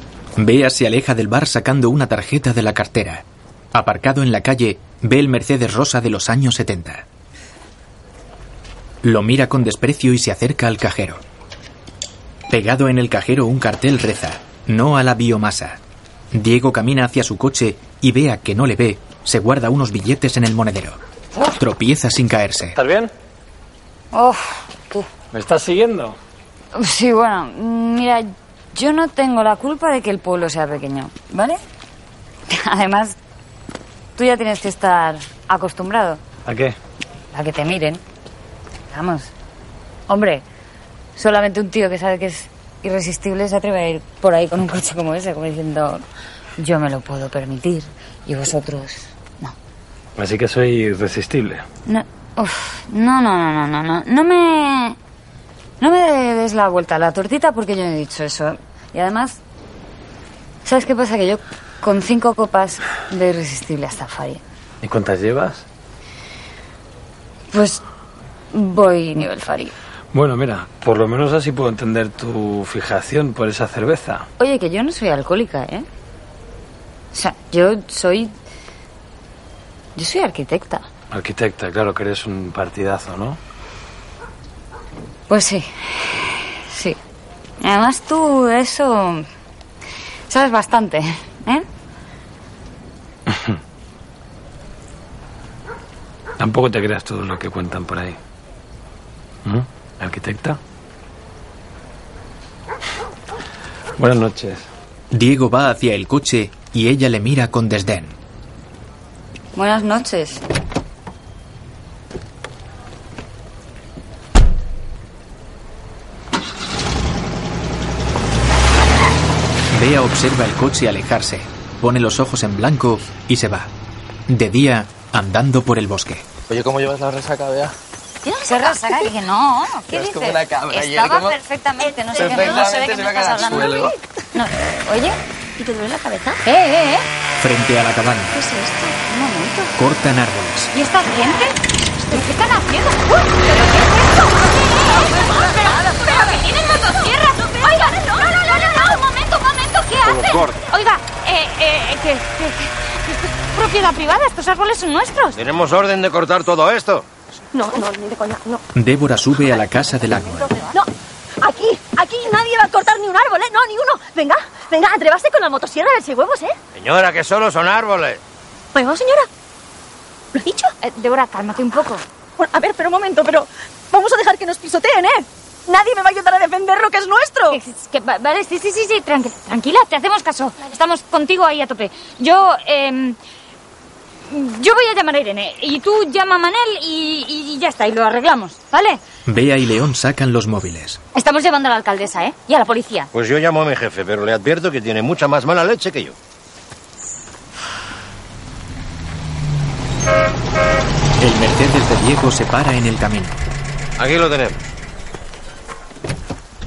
Bea se aleja del bar sacando una tarjeta de la cartera. Aparcado en la calle, ve el Mercedes rosa de los años 70. Lo mira con desprecio y se acerca al cajero. Pegado en el cajero un cartel reza, no a la biomasa. Diego camina hacia su coche y Bea, que no le ve, se guarda unos billetes en el monedero. Tropieza sin caerse.
¿Estás bien?
Oh,
¿Me estás siguiendo?
sí, bueno, mira, yo no tengo la culpa de que el pueblo sea pequeño, ¿vale? Además, tú ya tienes que estar acostumbrado
¿A qué?
a que te miren. Vamos. Hombre, solamente un tío que sabe que es irresistible se atreve a ir por ahí con un coche como ese, como diciendo, yo me lo puedo permitir y vosotros
Así que soy irresistible.
No, uf, no, no, no, no, no, no, no me... No me des la vuelta a la tortita porque yo no he dicho eso. Y además, ¿sabes qué pasa? Que yo con cinco copas de irresistible hasta Fari.
¿Y cuántas llevas?
Pues voy nivel Fari.
Bueno, mira, por lo menos así puedo entender tu fijación por esa cerveza.
Oye, que yo no soy alcohólica, ¿eh? O sea, yo soy... Yo soy arquitecta.
Arquitecta, claro que eres un partidazo, ¿no?
Pues sí, sí. Además tú de eso sabes bastante, ¿eh?
Tampoco te creas todo lo que cuentan por ahí. ¿Mm? ¿Arquitecta? Buenas noches.
Diego va hacia el coche y ella le mira con desdén.
Buenas noches.
Bea observa el coche alejarse, pone los ojos en blanco y se va. De día, andando por el bosque.
Oye, ¿cómo llevas la resaca, Bea?
¿Qué raza? Que no. ¿Qué
Eres
dices?
como una cabra ayer,
Estaba
¿cómo?
perfectamente. No sé qué no sé de
Perfectamente
qué
se
me
va a
estás
quedar al
hablando.
suelo.
No, Oye, ¿y te duele la cabeza? Eh, eh, eh.
Frente a la cabaña,
¿Qué es esto? Un momento.
cortan árboles.
¿Y esta gente? ¿Pero qué están haciendo? ¡Uy! ¿Pero qué es esto? Pero- pero que tienen motosierras. Oiga, no, no, no, no, no, un momento, un momento, ¿qué
Todo
hacen?
corto.
Oiga, eh, eh, que, que- que esto es propiedad privada, estos árboles son nuestros.
Tenemos orden de cortar todo esto.
No, no, ni de coña, no.
Débora sube a la casa del árbol.
No, aquí, aquí nadie va a cortar ni un árbol, ¿eh? No, ni uno. Venga, venga, atrevaste con la motosierra del huevos, ¿eh?
Señora, que solo son árboles.
Bueno, señora. ¿Lo he dicho?
Débora, cálmate un poco.
a ver, pero un momento, pero vamos a dejar que nos pisoteen, ¿eh?
Nadie me va a ayudar a defender lo que es nuestro.
vale, Eh, sí, sí, sí, sí, tranqui- tranquila, te hacemos caso. Estamos contigo ahí a tope. Yo, em, yo voy a llamar a Irene y tú llama a Manel y, y ya está, y lo arreglamos, ¿vale?
Bea y León sacan los móviles.
Estamos llevando a la alcaldesa, ¿eh? Y a la policía.
Pues yo llamo a mi jefe, pero le advierto que tiene mucha más mala leche que yo.
El Mercedes de Diego se para en el camino.
Aquí lo tenemos.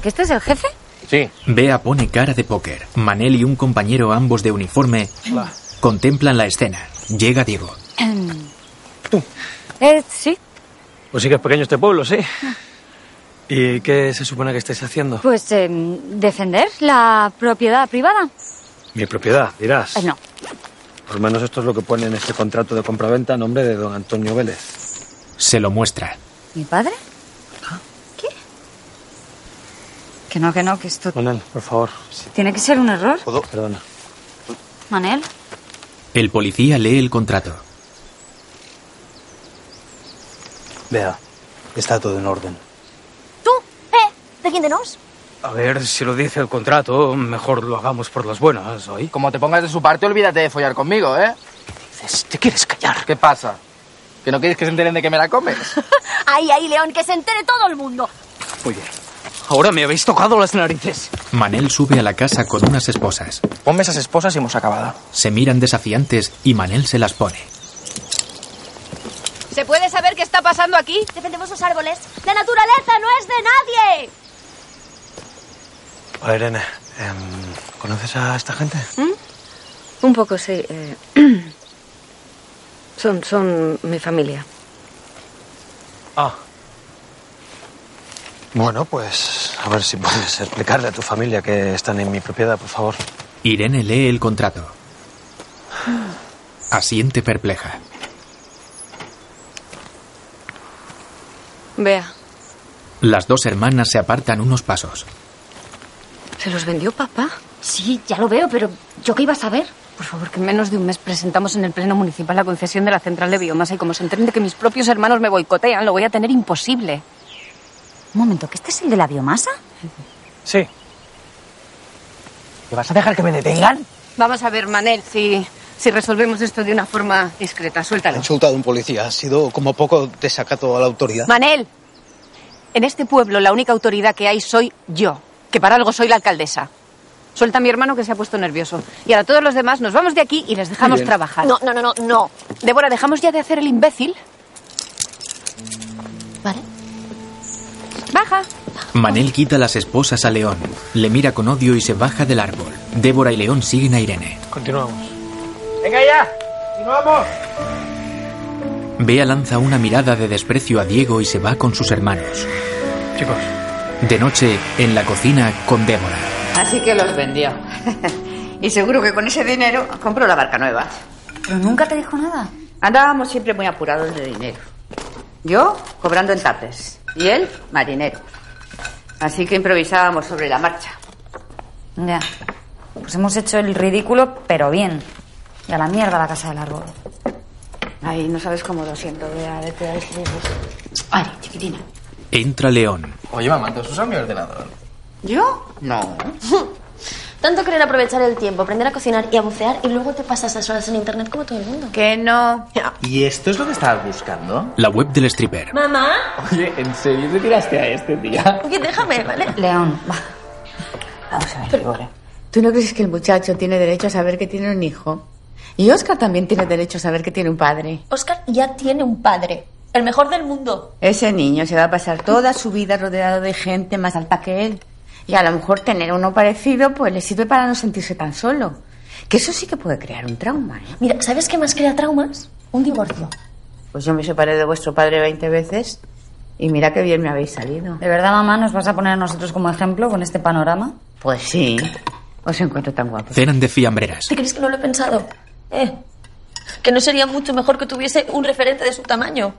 ¿Que este es el jefe?
Sí.
Bea pone cara de póker. Manel y un compañero, ambos de uniforme, contemplan la escena. Llega Diego.
Em, Eh, sí,
Pues sí que es pequeño este pueblo, sí. ¿Y qué se supone que estáis haciendo?
pues em, defender la propiedad privada.
Mi propiedad, dirás.
Eh, no,
Por lo menos esto es lo que pone en este contrato de compraventa a nombre de don Antonio Vélez.
Se lo muestra.
¿Mi padre?
Ah.
¿Qué? Que no, que no, que esto
Manuel, por favor.
tiene que ser un error.
Perdona.
Manel,
El policía lee el contrato.
Vea, está todo en orden.
Tú, eh, defiéndenos.
A ver, si lo dice el contrato, mejor lo hagamos por las buenas, ¿oí?
Como te pongas de su parte, olvídate de follar conmigo, ¿eh? ¿Qué dices? ¿Te quieres callar? ¿Qué pasa? ¿Que no quieres que se enteren de que me la comes?
Ahí, ahí, León, que se entere todo el mundo.
Muy bien. Ahora me habéis tocado las narices.
Manel sube a la casa con unas esposas.
Ponme esas esposas y hemos acabado.
Se miran desafiantes y Manel se las pone.
¿Se puede saber qué está pasando aquí? Defendemos los árboles. La naturaleza no es de nadie.
Hola, Irene. Em, ¿Conoces a esta gente?
Un poco, sí. eh, son, son mi familia.
Ah. Bueno, pues a ver si puedes explicarle a tu familia que están en mi propiedad, por favor.
Irene lee el contrato. Asiente perpleja.
Vea,
Las dos hermanas se apartan unos pasos.
¿se los vendió papá?
sí, ya lo veo, pero ¿yo qué iba a saber?
Por favor, que en menos de un mes presentamos en el Pleno Municipal la concesión de la central de biomasa y como se enteren de que mis propios hermanos me boicotean, lo voy a tener imposible.
Un momento, ¿que este es el de la biomasa?
Sí. ¿Y vas a dejar que me detengan?
Vamos a ver, Manel, si, si resolvemos esto de una forma discreta.
Ha
Suéltalo.
insultado a un policía. Ha sido como poco desacato a la autoridad.
Manel, en este pueblo la única autoridad que hay soy yo, que para algo soy la alcaldesa. Suelta a mi hermano que se ha puesto nervioso. Y ahora todos los demás nos vamos de aquí y les dejamos
bien.
trabajar.
No, no, no, no.
Débora, dejamos ya de hacer el imbécil.
Vale.
Baja.
Manel quita las esposas a León. Le mira con odio y se baja del árbol. Débora y León siguen a Irene.
Continuamos.
¡Venga ya! ¡Continuamos!
Bea lanza una mirada de desprecio a Diego y se va con sus hermanos.
Chicos.
De noche, en la cocina, con Débora.
Así que los vendió. y seguro que con ese dinero compró la barca nueva.
Pero nunca te dijo nada.
Andábamos siempre muy apurados de dinero. Yo cobrando en tapes y él marinero. Así que improvisábamos sobre la marcha.
ya. Pues hemos hecho el ridículo, pero bien. Y a la mierda la casa del árbol.
Ay, no sabes cómo lo siento, Bea, vete a escribir.
Ay, chiquitina.
Entra León.
Oye, mamá, ¿tú has usado mi ordenador?
¿Yo?
No.
Tanto querer aprovechar el tiempo, aprender a cocinar y a bucear y luego te pasas las horas en internet como todo el mundo.
Que no.
¿Y esto es lo que estabas buscando?
La web del stripper.
Mamá,
Oye, ¿en serio te tiraste a este, tía?
oye, déjame, ¿vale?
León,
Vamos a ver, Débora.
¿Tú no crees que el muchacho tiene derecho a saber que tiene un hijo? Y Oscar también tiene derecho a saber que tiene un padre.
Oscar ya tiene un padre, el mejor del mundo.
Ese niño se va a pasar toda su vida rodeado de gente más alta que él. Y a lo mejor tener uno parecido pues le sirve para no sentirse tan solo. Que eso sí que puede crear un trauma. ¿eh?
Mira, ¿sabes qué más crea traumas? Un divorcio.
Pues yo me separé de vuestro padre 20 veces y mira qué bien me habéis salido.
¿de verdad, mamá, nos vas a poner a nosotros como ejemplo con este panorama?
Pues sí, os encuentro tan guapos.
Cenan de fiambreras.
¿Te crees que no lo he pensado? ¿Eh? Que no sería mucho mejor que tuviese un referente de su tamaño.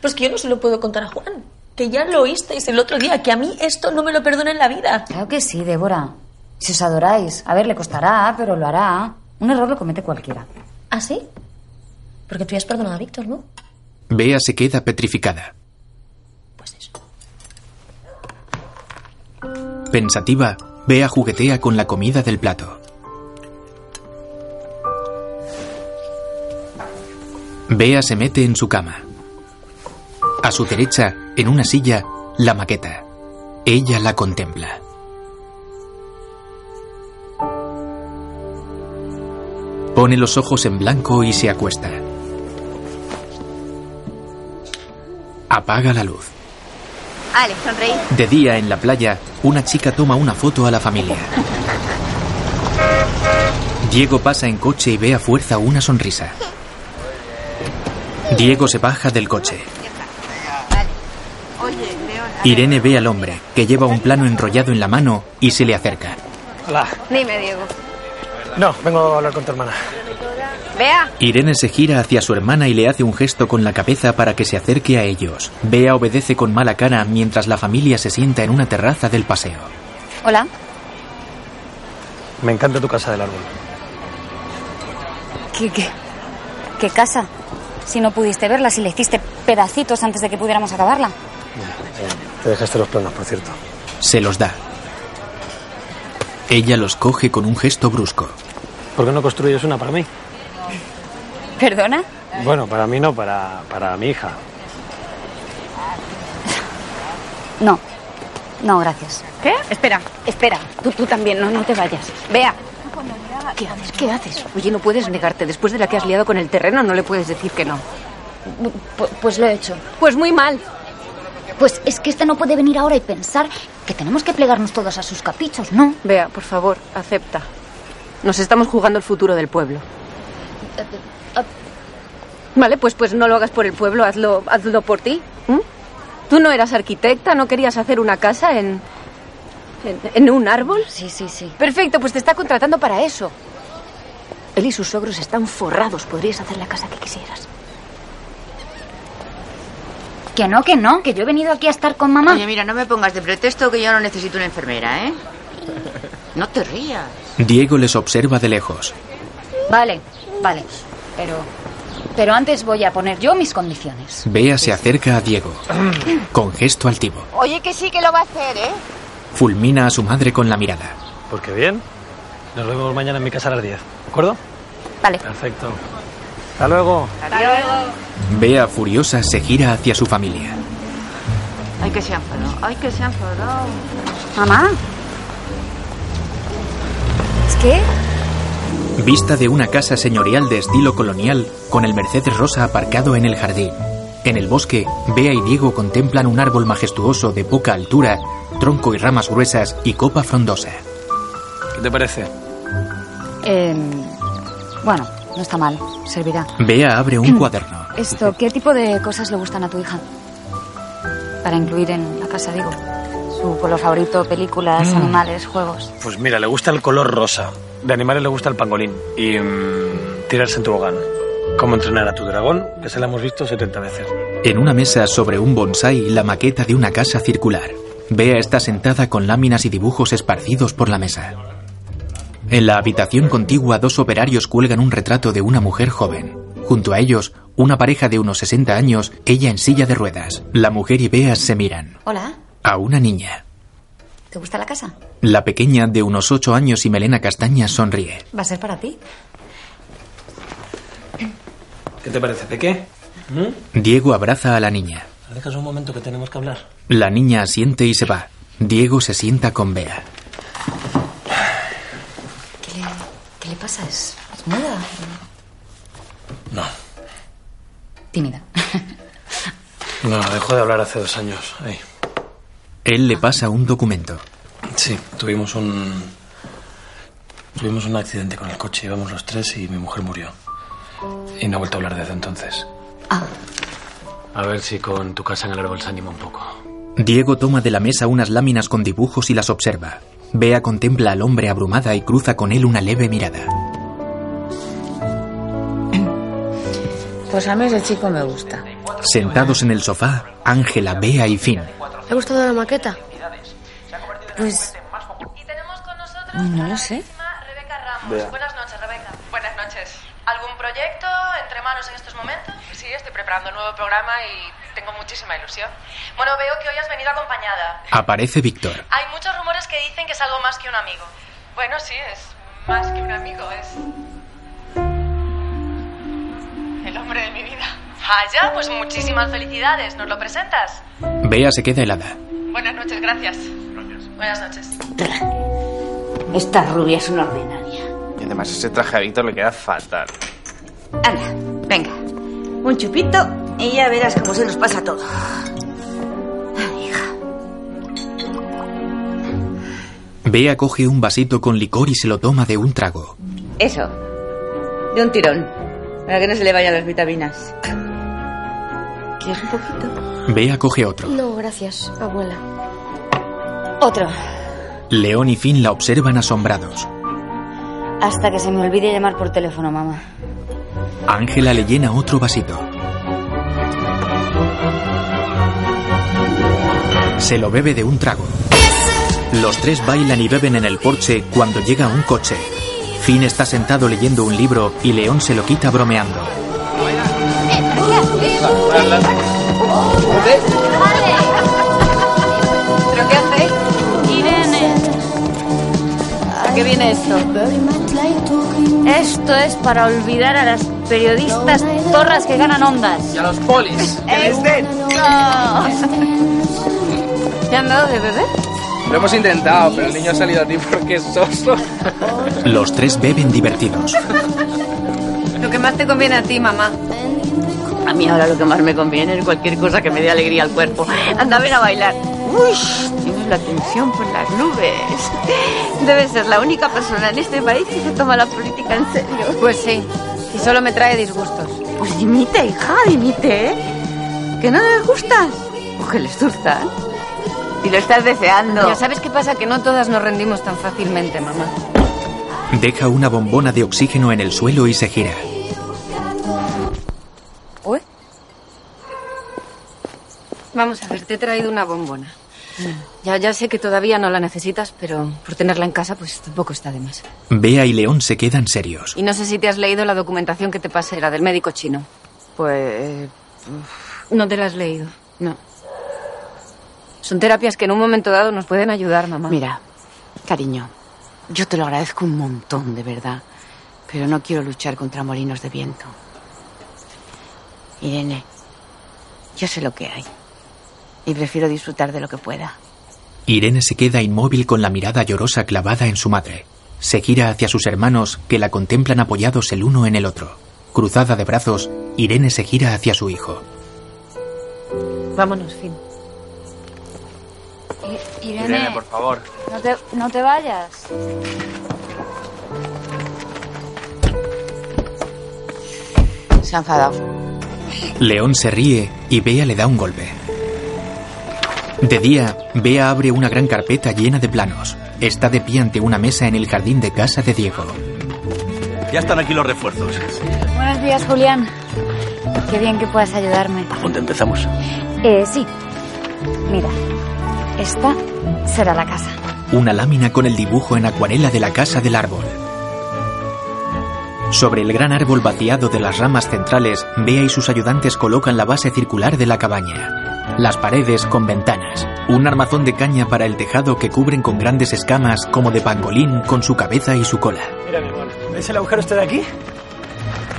Pues que yo no se lo puedo contar a Juan. Que ya lo oísteis el otro día, que a mí esto no me lo perdona en la vida.
Claro que sí, Débora. Si os adoráis. A ver, le costará, pero lo hará. Un error lo comete cualquiera.
¿Ah, sí? Porque tú ya has perdonado a Víctor, ¿no?
Bea se queda petrificada. Pensativa, Bea juguetea con la comida del plato. Bea se mete en su cama. A su derecha, en una silla, la maqueta. Ella la contempla. Pone los ojos en blanco y se acuesta. Apaga la luz.
Ale, sonreí.
De día en la playa, una chica toma una foto a la familia. Diego pasa en coche y ve a fuerza una sonrisa. Diego se baja del coche.
Oye, León.
Irene ve al hombre, que lleva un plano enrollado en la mano, y se le acerca.
Hola.
Dime, Diego.
No, vengo a hablar con tu hermana.
Vea.
Irene se gira hacia su hermana y le hace un gesto con la cabeza para que se acerque a ellos. Bea obedece con mala cara mientras la familia se sienta en una terraza del paseo.
Hola.
Me encanta tu casa del árbol.
¿Qué, qué, qué casa? Si no pudiste verla, si la hiciste pedacitos antes de que pudiéramos acabarla.
Te dejaste los planos, por cierto.
Se los da. Ella los coge con un gesto brusco.
¿Por qué no construyes una para mí?
¿Perdona?
Bueno, para mí no, para, para mi hija.
No. No, gracias.
¿Qué? Espera, espera. Tú, tú también, no, no te vayas. Vea. ¿Qué haces? ¿Qué haces? Oye, no puedes negarte. Después de la que has liado con el terreno, no le puedes decir que no.
Pues lo he hecho.
Pues muy mal.
Pues es que esta no puede venir ahora y pensar que tenemos que plegarnos todos a sus caprichos, ¿no?
Vea, por favor, acepta. Nos estamos jugando el futuro del pueblo. Vale, pues, pues no lo hagas por el pueblo, hazlo, hazlo por ti. ¿m? ¿Tú no eras arquitecta? ¿No querías hacer una casa en, en, en un árbol?
Sí, sí, sí.
Perfecto, pues te está contratando para eso. Él y sus sogros están forrados. Podrías hacer la casa que quisieras.
Que no, que no, que yo he venido aquí a estar con mamá.
Oye, mira, no me pongas de pretexto que yo no necesito una enfermera, ¿eh? No te rías.
Diego les observa de lejos.
Vale, vale. Pero. Pero antes voy a poner yo mis condiciones.
Bea se acerca a Diego, con gesto altivo.
Oye, que sí que lo va a hacer, ¿eh?
Fulmina a su madre con la mirada.
Porque Pues bien. Nos vemos mañana en mi casa a las 10. ¿De acuerdo?
Vale.
Perfecto. Hasta luego.
Hasta luego.
Bea, furiosa, se gira hacia su familia.
Ay, que se han enfadado. Ay, que se han enfadado.
Mamá. Es que.
Vista de una casa señorial de estilo colonial, con el Mercedes Rosa aparcado en el jardín. En el bosque, Bea y Diego contemplan un árbol majestuoso de poca altura, tronco y ramas gruesas y copa frondosa.
¿Qué te parece?
eh, bueno, no está mal. Servirá.
Bea abre un cuaderno.
Esto, ¿qué tipo de cosas le gustan a tu hija? Para incluir en la casa, digo. Su color favorito, películas,
Mm.
animales, juegos.
Pues mira, le gusta el color rosa. De animales le gusta el pangolín. Y mm, tirarse en tobogán. Cómo entrenar a tu dragón, que se la hemos visto 70 veces.
En una mesa sobre un bonsai, la maqueta de una casa circular. Bea está sentada con láminas y dibujos esparcidos por la mesa. En la habitación contigua, dos operarios cuelgan un retrato de una mujer joven. Junto a ellos, una pareja de unos 60 años, ella en silla de ruedas. La mujer y Bea se miran.
Hola,
A una niña.
¿te gusta la casa?
La pequeña, de unos 8 años y melena castaña, sonríe.
Va a ser para ti.
¿Qué te parece, Peque?
Diego abraza a la niña.
¿Me dejas un momento que tenemos que hablar?
La niña asiente y se va. Diego se sienta con Bea.
¿Qué le, qué le pasa? ¿Es, es muda?
No.
Tímida.
No, dejó de hablar hace dos años. Ay.
Él le pasa un documento.
Sí, tuvimos un. Tuvimos un accidente con el coche. Íbamos los tres y mi mujer murió. Y no ha vuelto a hablar desde entonces.
A ver si con tu casa en el árbol se anima un poco.
Diego toma de la mesa unas láminas con dibujos y las observa. Bea contempla al hombre abrumada y cruza con él una leve mirada.
Pues a mí ese chico me gusta.
Sentados en el sofá, Ángela, Bea y Finn.
¿Te ha gustado la maqueta?
Pues.
No lo sé.
Bea.
Buenas
noches, Rebeca. Buenas noches. ¿Algún proyecto entre manos en estos momentos? Sí, estoy preparando un nuevo programa y tengo muchísima ilusión. Bueno, veo que hoy has venido acompañada.
Aparece Víctor.
Hay muchos
es algo más que un amigo. Bueno, sí, es más que un amigo, es... El hombre de mi vida. Allá, pues muchísimas felicidades. ¿Nos lo presentas?
Bea se queda helada.
Buenas noches, gracias. Buenas noches.
Esta rubia es una ordinaria.
Y además ese traje a Víctor le queda fatal.
Anda, venga. Un chupito y ya verás cómo se nos pasa todo.
Bea coge un vasito con licor y se lo toma de un trago.
Eso. De un tirón. Para que no se le vayan las vitaminas.
¿Quieres un poquito?
Bea coge otro.
No, gracias, abuela.
Otro.
León y Finn la observan asombrados.
Hasta que se me olvide llamar por teléfono, mamá.
Ángela le llena otro vasito. Se lo bebe de un trago. Los tres bailan y beben en el porche cuando llega un coche. Finn está sentado leyendo un libro y León se lo quita bromeando.
Eh,
¿Pero qué hacéis? Irene. ¿A qué viene esto?
Esto es para olvidar a las periodistas torras que ganan ondas.
Y a los polis.
¿Te han dado de beber?
Lo hemos intentado, pero el niño ha salido a ti porque es soso.
Los tres beben divertidos.
Lo que más te conviene a ti, mamá.
A mí ahora lo que más me conviene es cualquier cosa que me dé alegría al cuerpo. Anda, ven a bailar. Uy, tienes la atención por las nubes. Debes ser la única persona en este país que se toma la política en serio.
Pues sí. Y solo me trae disgustos.
Pues dimite, hija, dimite, ¿eh? ¿Que no les gustas?
O que les
¿eh?
gustan. Y lo estás deseando.
Ya sabes qué pasa, que no todas nos rendimos tan fácilmente, mamá.
Deja una bombona de oxígeno en el suelo y se gira.
Vamos a ver, te he traído una bombona. Ya, ya sé que todavía no la necesitas, pero por tenerla en casa, pues tampoco está de más.
Bea y León se quedan serios.
Y no sé si te has leído la documentación que te pasé, la del médico chino. Pues... No te la has leído. No. Son terapias que en un momento dado nos pueden ayudar, mamá.
Mira, cariño, yo te lo agradezco un montón, de verdad. Pero no quiero luchar contra molinos de viento. Irene, yo sé lo que hay. Y prefiero disfrutar de lo que pueda.
Irene se queda inmóvil con la mirada llorosa clavada en su madre. Se gira hacia sus hermanos que la contemplan apoyados el uno en el otro. Cruzada de brazos, Irene se gira hacia su hijo.
Vámonos, fin.
Irene,
Irene, por favor.
no, te, no te vayas.
Se ha enfadado.
León se ríe y Bea le da un golpe. De día, Bea abre una gran carpeta llena de planos. Está de pie ante una mesa en el jardín de casa de Diego.
Ya están aquí los refuerzos.
Buenos días, Julián. Qué bien que puedas ayudarme.
¿Por dónde empezamos?
Eh, sí. Mira, esta será la casa.
Una lámina con el dibujo en acuarela de la casa del árbol. Sobre el gran árbol vaciado de las ramas centrales, Bea y sus ayudantes colocan la base circular de la cabaña. Las paredes con ventanas. Un armazón de caña para el tejado que cubren con grandes escamas como de pangolín con su cabeza y su cola.
Mira, mi amor, ¿ves el agujero este de aquí?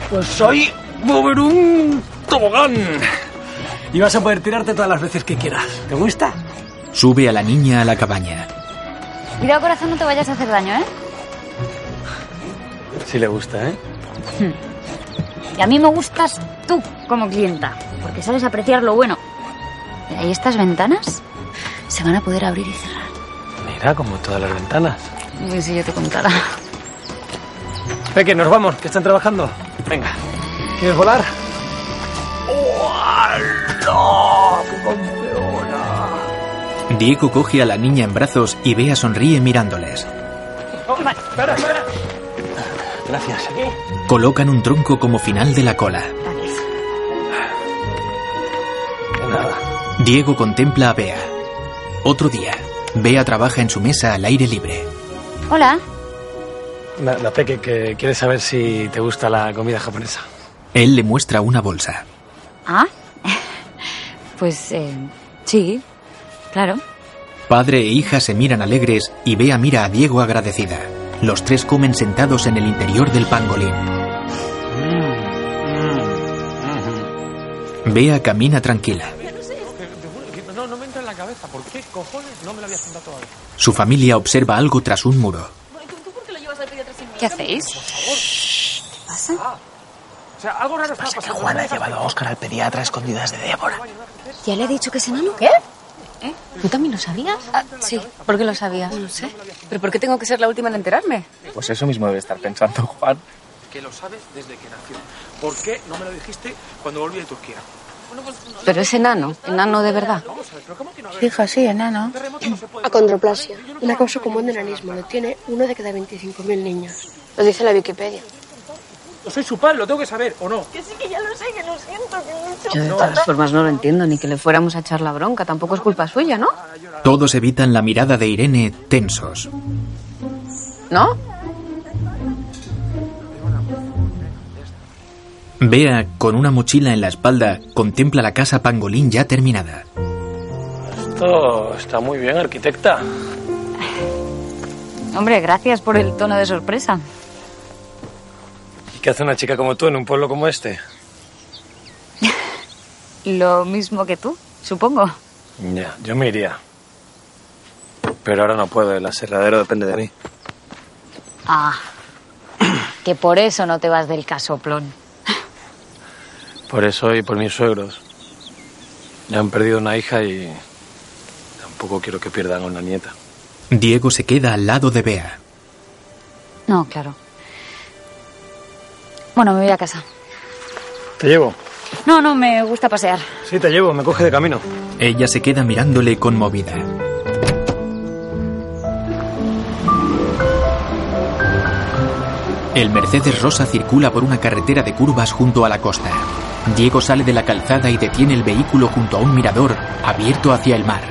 Pues soy mover un tobogán. Y vas a poder tirarte todas las veces que quieras. ¿Te gusta?
Sube a la niña a la cabaña.
Cuidado, corazón, no te vayas a hacer daño, ¿eh?
Sí le gusta, ¿eh?
Y a mí me gustas tú como clienta, porque sabes apreciar lo bueno. Mira, ¿Y estas ventanas? Se van a poder abrir y cerrar.
Mira, como todas las ventanas.
Uy, si yo te contara.
Peque, nos vamos, Eh, que están trabajando. Venga. ¿Quieres volar?
Diego coge a la niña en brazos y Bea sonríe mirándoles.
espera, espera.
Gracias.
Colocan un tronco como final de la cola. Diego contempla a Bea. Otro día, Bea trabaja en su mesa al aire libre.
Hola.
La, la Peque, que quiere saber si te gusta la comida japonesa.
Él le muestra una bolsa.
Ah, pues eh, sí, claro.
Padre e hija se miran alegres y Bea mira a Diego agradecida. Los tres comen sentados en el interior del pangolín. Bea camina tranquila.
No, no me entra en la cabeza. ¿Por qué cojones no me lo habías contado todavía?
Su familia observa algo tras un muro.
¿Qué hacéis?
¿Qué pasa? Ah, o sea, algo raro está pasando.
Que Juana ha llevado a Oscar al pediatra a escondidas de Débora.
¿Ya le he dicho que es enano? ¿Qué?
¿Eh?
¿Tú también lo sabías? sí.
Ah, ¿Por qué lo sabías? No sé. ¿Pero por qué tengo que ser la última en enterarme?
Pues eso mismo debe estar pensando Juan.
Que lo sabes desde que nació. ¿Por qué no me lo dijiste cuando volví de Turquía? Bueno, pues no
Pero es enano, enano de verdad.
Hija, sí, enano.
Acondroplasia, una causa común de enanismo. Lo tiene uno de cada 25.000 niños. Lo dice la Wikipedia.
Yo soy su padre, lo tengo que saber, ¿o no?
Que sí, que ya lo sé, que lo siento, que mucho.
Yo de todas formas no lo entiendo, ni que le fuéramos a echar la bronca. Tampoco es culpa suya, ¿no?
Todos evitan la mirada de Irene tensos.
¿No?
Bea, con una mochila en la espalda, contempla la casa pangolín ya terminada.
Esto está muy bien, arquitecta.
Hombre, gracias por el tono de sorpresa.
¿Y qué hace una chica como tú en un pueblo como este?
Lo mismo que tú, supongo.
Ya, yo me iría. Pero ahora no puedo, el aserradero depende de mí.
Ah, que por eso no te vas del casoplón.
Por eso y por mis suegros. Ya han perdido una hija y tampoco quiero que pierdan a una nieta.
Diego se queda al lado de Bea.
No, claro. Bueno, me voy a casa.
Te llevo.
No, no, me gusta pasear.
Sí, te llevo, me coge de camino.
Ella se queda mirándole conmovida. El Mercedes Rosa circula por una carretera de curvas junto a la costa. Diego sale de la calzada y detiene el vehículo junto a un mirador abierto hacia el mar.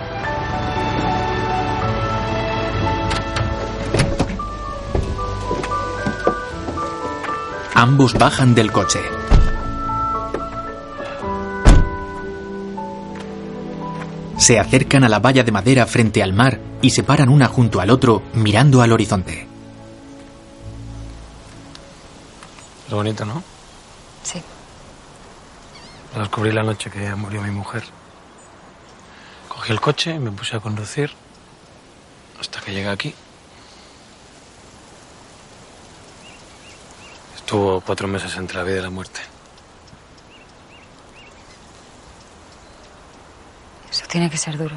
Ambos bajan del coche. Se acercan a la valla de madera frente al mar y se paran una junto al otro mirando al horizonte.
Es bonito, ¿no?
Sí.
Lo descubrí la noche que murió mi mujer. Cogí el coche, me puse a conducir hasta que llegué aquí. Estuvo cuatro meses entre la vida y la muerte.
Eso tiene que ser duro.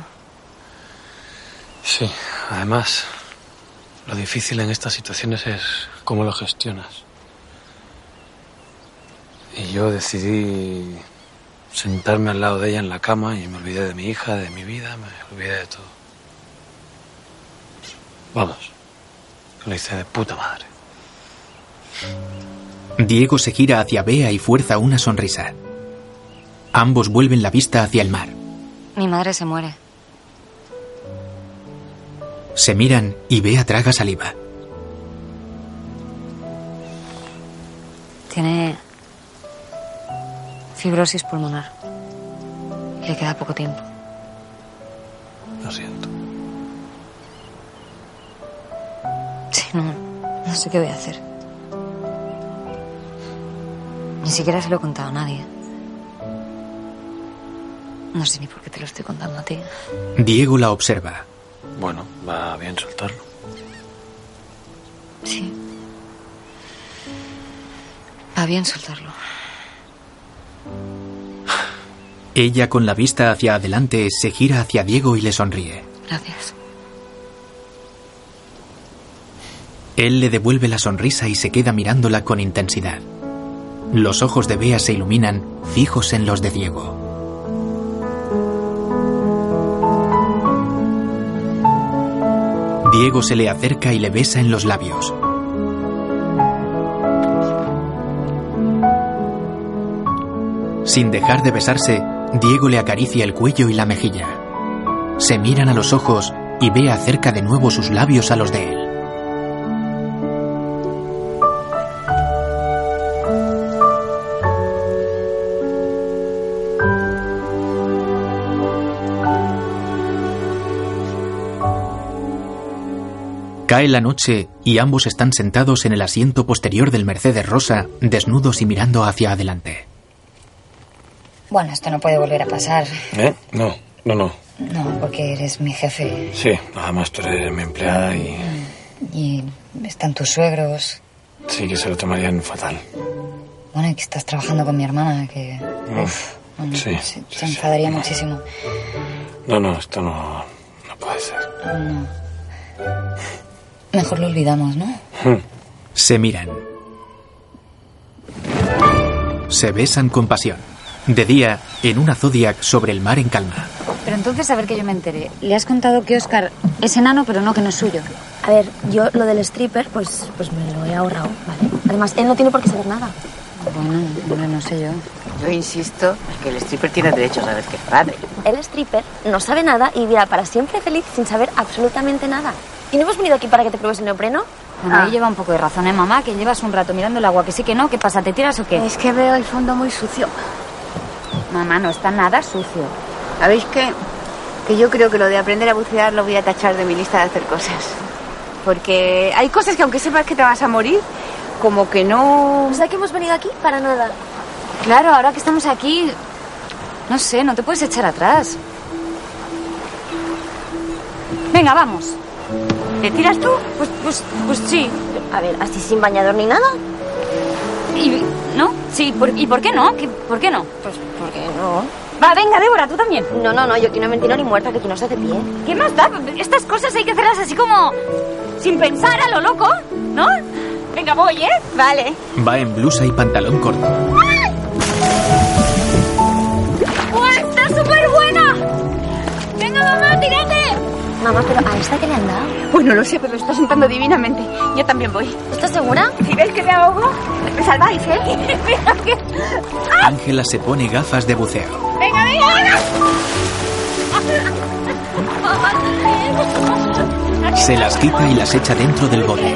Sí, además, lo difícil en estas situaciones es cómo lo gestionas. Y yo decidí sentarme al lado de ella en la cama y me olvidé de mi hija, de mi vida, me olvidé de todo. Vamos, lo hice de puta madre.
Diego se gira hacia Bea y fuerza una sonrisa. Ambos vuelven la vista hacia el mar.
Mi madre se muere.
Se miran y Bea traga saliva.
Tiene fibrosis pulmonar. Le queda poco tiempo.
Lo siento.
Sí, no, no sé qué voy a hacer. Ni siquiera se lo he contado a nadie. No sé ni por qué te lo estoy contando a ti.
Diego la observa.
Bueno, va Ah, bien soltarlo.
Sí. Va bien soltarlo.
Ella con la vista hacia adelante se gira hacia Diego y le sonríe.
Gracias.
Él le devuelve la sonrisa y se queda mirándola con intensidad. Los ojos de Bea se iluminan, fijos en los de Diego. Diego se le acerca y le besa en los labios. Sin dejar de besarse, Diego le acaricia el cuello y la mejilla. Se miran a los ojos y Bea acerca de nuevo sus labios a los de él. Cae la noche y ambos están sentados en el asiento posterior del Mercedes Rosa, desnudos y mirando hacia adelante.
Bueno, esto no puede volver a pasar.
¿Eh? No, no, no.
No, porque eres mi jefe
Sí, además tú eres mi empleada y
y están tus suegros.
sí que se lo tomarían fatal.
Bueno, y que estás trabajando con mi hermana, que
Uf,
bueno,
sí.
se, se enfadaría muchísimo.
No, no, esto no, no puede ser.
No. Mejor lo olvidamos, ¿no?
Se miran. Se besan con pasión. De día, en una Zodiac sobre el mar en calma.
Pero entonces, a ver que yo me enteré. Le has contado que Oscar es enano, pero no que no es suyo.
A ver, yo lo del stripper, pues, pues me lo he ahorrado, ¿vale? Además, él no tiene por qué saber nada.
Bueno, hombre, no sé yo.
Yo insisto que el stripper tiene derecho a saber que es padre.
El stripper no sabe nada y vivirá para siempre feliz sin saber absolutamente nada. ¿Y no hemos venido aquí para que te pruebes el neopreno? Ah.
Bueno, ahí lleva un poco de razón, ¿eh, mamá? Que llevas un rato mirando el agua, que sí que no, ¿qué pasa? ¿Te tiras o qué?
Es que veo el fondo muy sucio.
Mamá, no está nada sucio.
¿Sabéis qué? Que yo creo que lo de aprender a bucear lo voy a tachar de mi lista de hacer cosas. Porque hay cosas que aunque sepas que te vas a morir, como que no...
O sea que hemos venido aquí para nada.
Claro, ahora que estamos aquí, no sé, no te puedes echar atrás. Venga, vamos.
¿Te tiras tú?
Pues, pues, pues sí.
A ver, así sin bañador ni nada.
¿Y no? Sí, por- ¿y por qué no? ¿Qué- ¿Por qué no? Pues
porque no.
Va, venga, Débora, tú también.
No, no, no, yo aquí no he mentido ni muerta, que aquí no se hace pie.
¿Qué más da? Estas cosas hay que hacerlas así como sin pensar a lo loco, ¿no? Venga, voy, ¿eh?
Vale.
Va en blusa y pantalón corto.
¡Oh, está súper buena! ¡Venga, mamá, tírate! Mamá, pero ¿a esta qué le han dado?
Pues no lo sé, pero lo está sentando divinamente. Yo también voy.
¿Estás segura?
Si veis que me ahogo, me salváis, ¿eh? Mira que-
Ángela se pone gafas de buceo.
¡Venga, venga, venga!
Se las quita y las echa dentro del bote.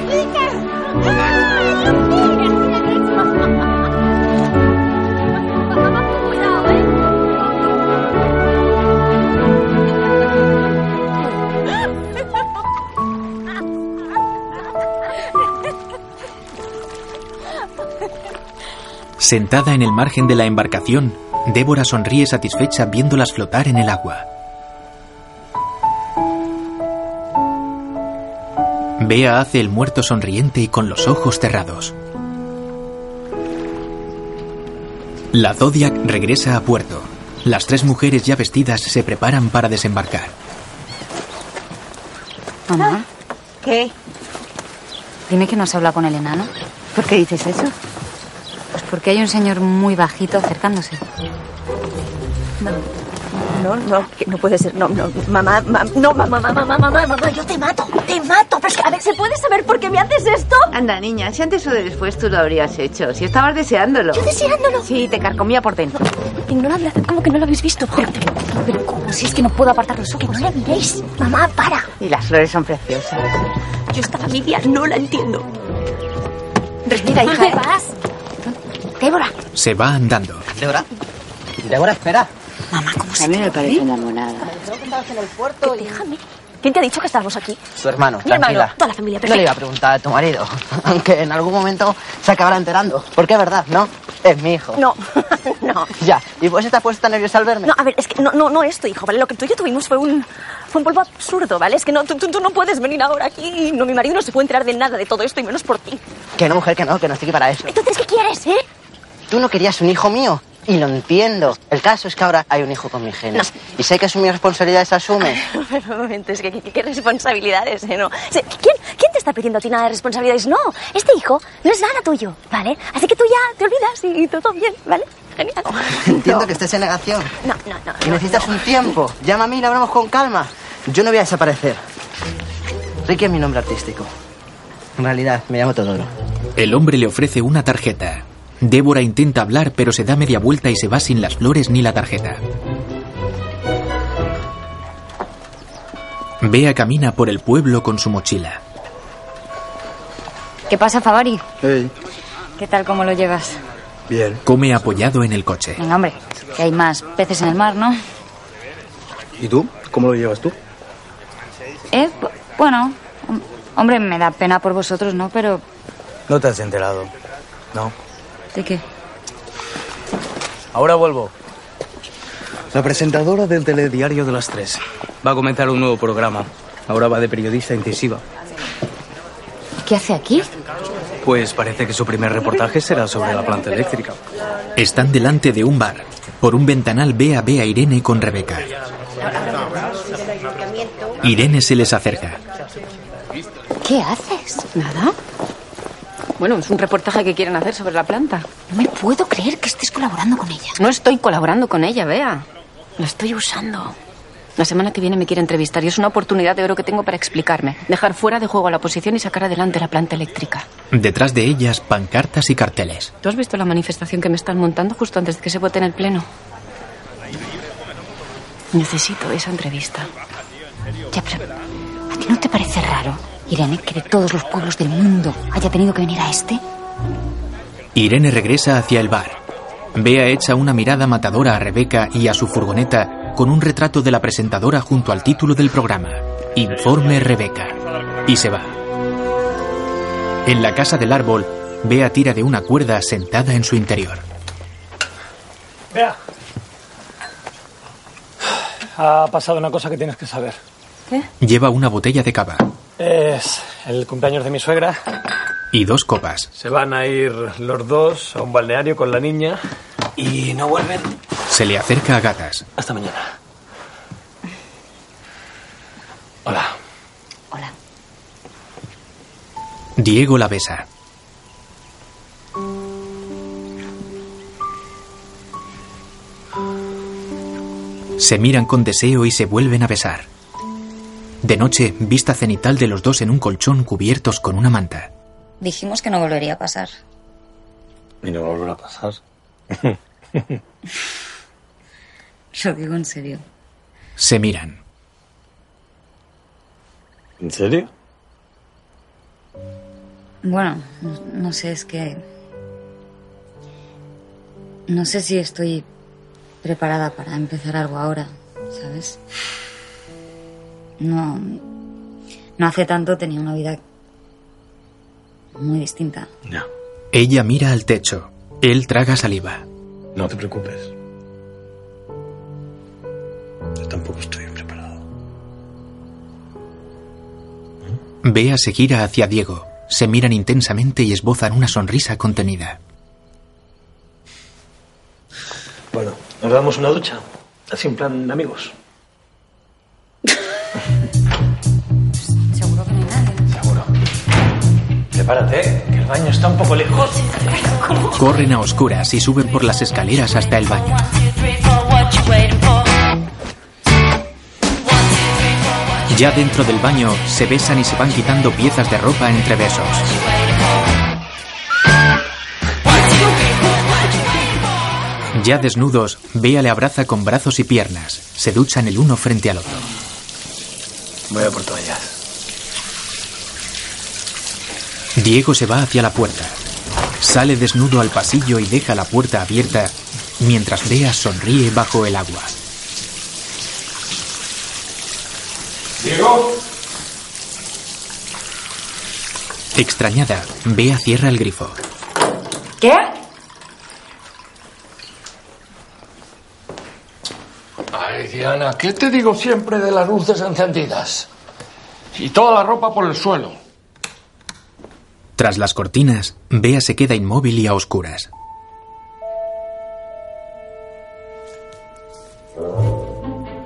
Sentada en el margen de la embarcación, Débora sonríe satisfecha viéndolas flotar en el agua. Bea hace el muerto sonriente y con los ojos cerrados. La Zodiac regresa a puerto. Las tres mujeres ya vestidas se preparan para desembarcar.
Mamá,
¿Qué?
dime que no se habla con el enano.
¿Por qué dices eso?
Pues porque hay un señor muy bajito acercándose.
No, no, no, que no puede ser. No, no, mamá, mamá, no, mamá, mamá, mamá, mamá, mamá, yo te mato, te mato. Pero es que, a ver, ¿se puede saber por qué me haces esto?
Anda, niña, si antes o después tú lo habrías hecho, si estabas deseándolo.
Yo deseándolo.
Sí, te carcomía por dentro.
Ignoradla, ¿cómo que no lo habéis visto? Pero, pero, pero ¿cómo? Si es que no puedo apartar los ojos. no la miréis. Mamá, para.
Y las flores son preciosas.
Yo esta familia no la entiendo.
Respira,
hija.
eh.
¿Dónde vas? Débora.
Se va andando.
Débora. Débora, espera.
A mí me parece una monada.
Que déjame. ¿Quién te ha dicho que estábamos aquí?
Tu hermano,
Mi hermano,
tranquila.
toda la familia,
No le iba a
perfecto.
preguntar a tu marido, aunque en algún momento se acabará enterando. Porque es verdad, ¿no? Es mi hijo.
No, no.
Ya, ¿y vos estás puesta nerviosa al verme?
No, a ver, es que no, no, no esto, hijo, ¿vale? Lo que tú y yo tuvimos fue un, fue un polvo absurdo, ¿vale? Es que no, tú, tú- tú no puedes venir ahora aquí. No, mi marido no se puede enterar de nada de todo esto y menos por ti.
Que no, mujer, que no, que no estoy aquí para eso.
Entonces, ¿qué quieres, eh?
Tú no querías un hijo mío. Y lo entiendo. El caso es que ahora hay un hijo con mi genio. Y sé que es mi responsabilidad, se asume.
Pero un momento, es que qué, qué responsabilidades, ¿eh? No. O sea, ¿quién, ¿Quién te está pidiendo a ti nada de responsabilidades? No, este hijo no es nada tuyo, ¿vale? Así que tú ya te olvidas y, y todo bien, ¿vale? Genial.
Entiendo que estés en negación.
No, no, no.
Y necesitas un tiempo. Llama a mí y lo hablamos con calma. Yo no voy a desaparecer. Ricky es mi nombre artístico. En realidad, me llamo Todoro.
El hombre le ofrece una tarjeta. Débora intenta hablar pero se da media vuelta y se va sin las flores ni la tarjeta. Bea camina por el pueblo con su mochila.
¿Qué pasa, Favari? ¿Qué tal, cómo lo llevas?
Bien. Come apoyado en el coche.
Venga, hombre, que hay más peces en el mar, ¿no?
¿Y tú? ¿Cómo lo llevas tú?
Eh, bu- bueno,
Hombre, me da pena por vosotros, ¿no? Pero...
No te has enterado. No.
¿De qué?
Ahora vuelvo. La presentadora del telediario de las tres. Va a comenzar un nuevo programa. Ahora va de periodista intensiva.
¿Qué hace aquí?
Pues parece que su primer reportaje será sobre la planta eléctrica.
Están delante de un bar. Por un ventanal ve a Bea Irene con Rebeca. Irene se les acerca.
¿Qué haces? Nada. Bueno, es un reportaje que quieren hacer sobre la planta.
No me puedo creer que estés colaborando con ella.
No estoy colaborando con ella, Bea. La estoy usando. La semana que viene me quiere entrevistar y es una oportunidad de oro que tengo para explicarme, dejar fuera de juego a la oposición y sacar adelante la planta eléctrica.
Detrás de ellas, pancartas y carteles.
¿Tú has visto la manifestación que me están montando justo antes de que se vote en el Pleno? Necesito esa entrevista.
Ya, pero ¿a ti no te parece raro, Irene, que de todos los pueblos del mundo haya tenido que venir a este?
Irene regresa hacia el bar. Bea echa una mirada matadora a Rebeca y a su furgoneta con un retrato de la presentadora junto al título del programa, Informe Rebeca, y se va. En la casa del árbol, Bea tira de una cuerda sentada en su interior.
Vea. Ha pasado una cosa que tienes que saber.
Lleva una botella de cava
Es el cumpleaños de mi suegra.
y dos copas.
Se van a ir los dos a un balneario con la niña y no vuelven
Se le acerca a gatas.
hasta mañana. Hola.
Diego la besa. Se miran con deseo y se vuelven a besar. De noche, vista cenital de los dos en un colchón cubiertos con una manta.
Dijimos que no volvería a pasar.
Y no volverá a pasar.
Lo digo en serio.
Se miran.
¿En serio?
Bueno, no, no sé, es que... No sé si estoy preparada para empezar algo ahora, ¿sabes? No... No hace tanto tenía una vida muy distinta.
Ella mira al techo. Él traga saliva.
No te preocupes. Yo tampoco estoy preparado.
Bea se gira hacia Diego. Se miran intensamente y esbozan una sonrisa contenida.
Bueno, nos damos una ducha. Así en plan amigos.
Seguro que no hay nadie.
Seguro. Prepárate, que el baño está un poco lejos.
Corren a oscuras y suben por las escaleras hasta el baño. Ya dentro del baño se besan y se van quitando piezas de ropa entre besos. Ya desnudos, Bea le abraza con brazos y piernas. Se duchan el uno frente al otro.
Voy a por toallas.
Diego se va hacia la puerta. Sale desnudo al pasillo y deja la puerta abierta mientras Bea sonríe bajo el agua.
Diego.
Extrañada, Bea cierra el grifo.
¿Qué?
Ay, Diana, ¿qué te digo siempre de las luces encendidas? Y toda la ropa por el suelo.
Tras las cortinas, Bea se queda inmóvil y a oscuras.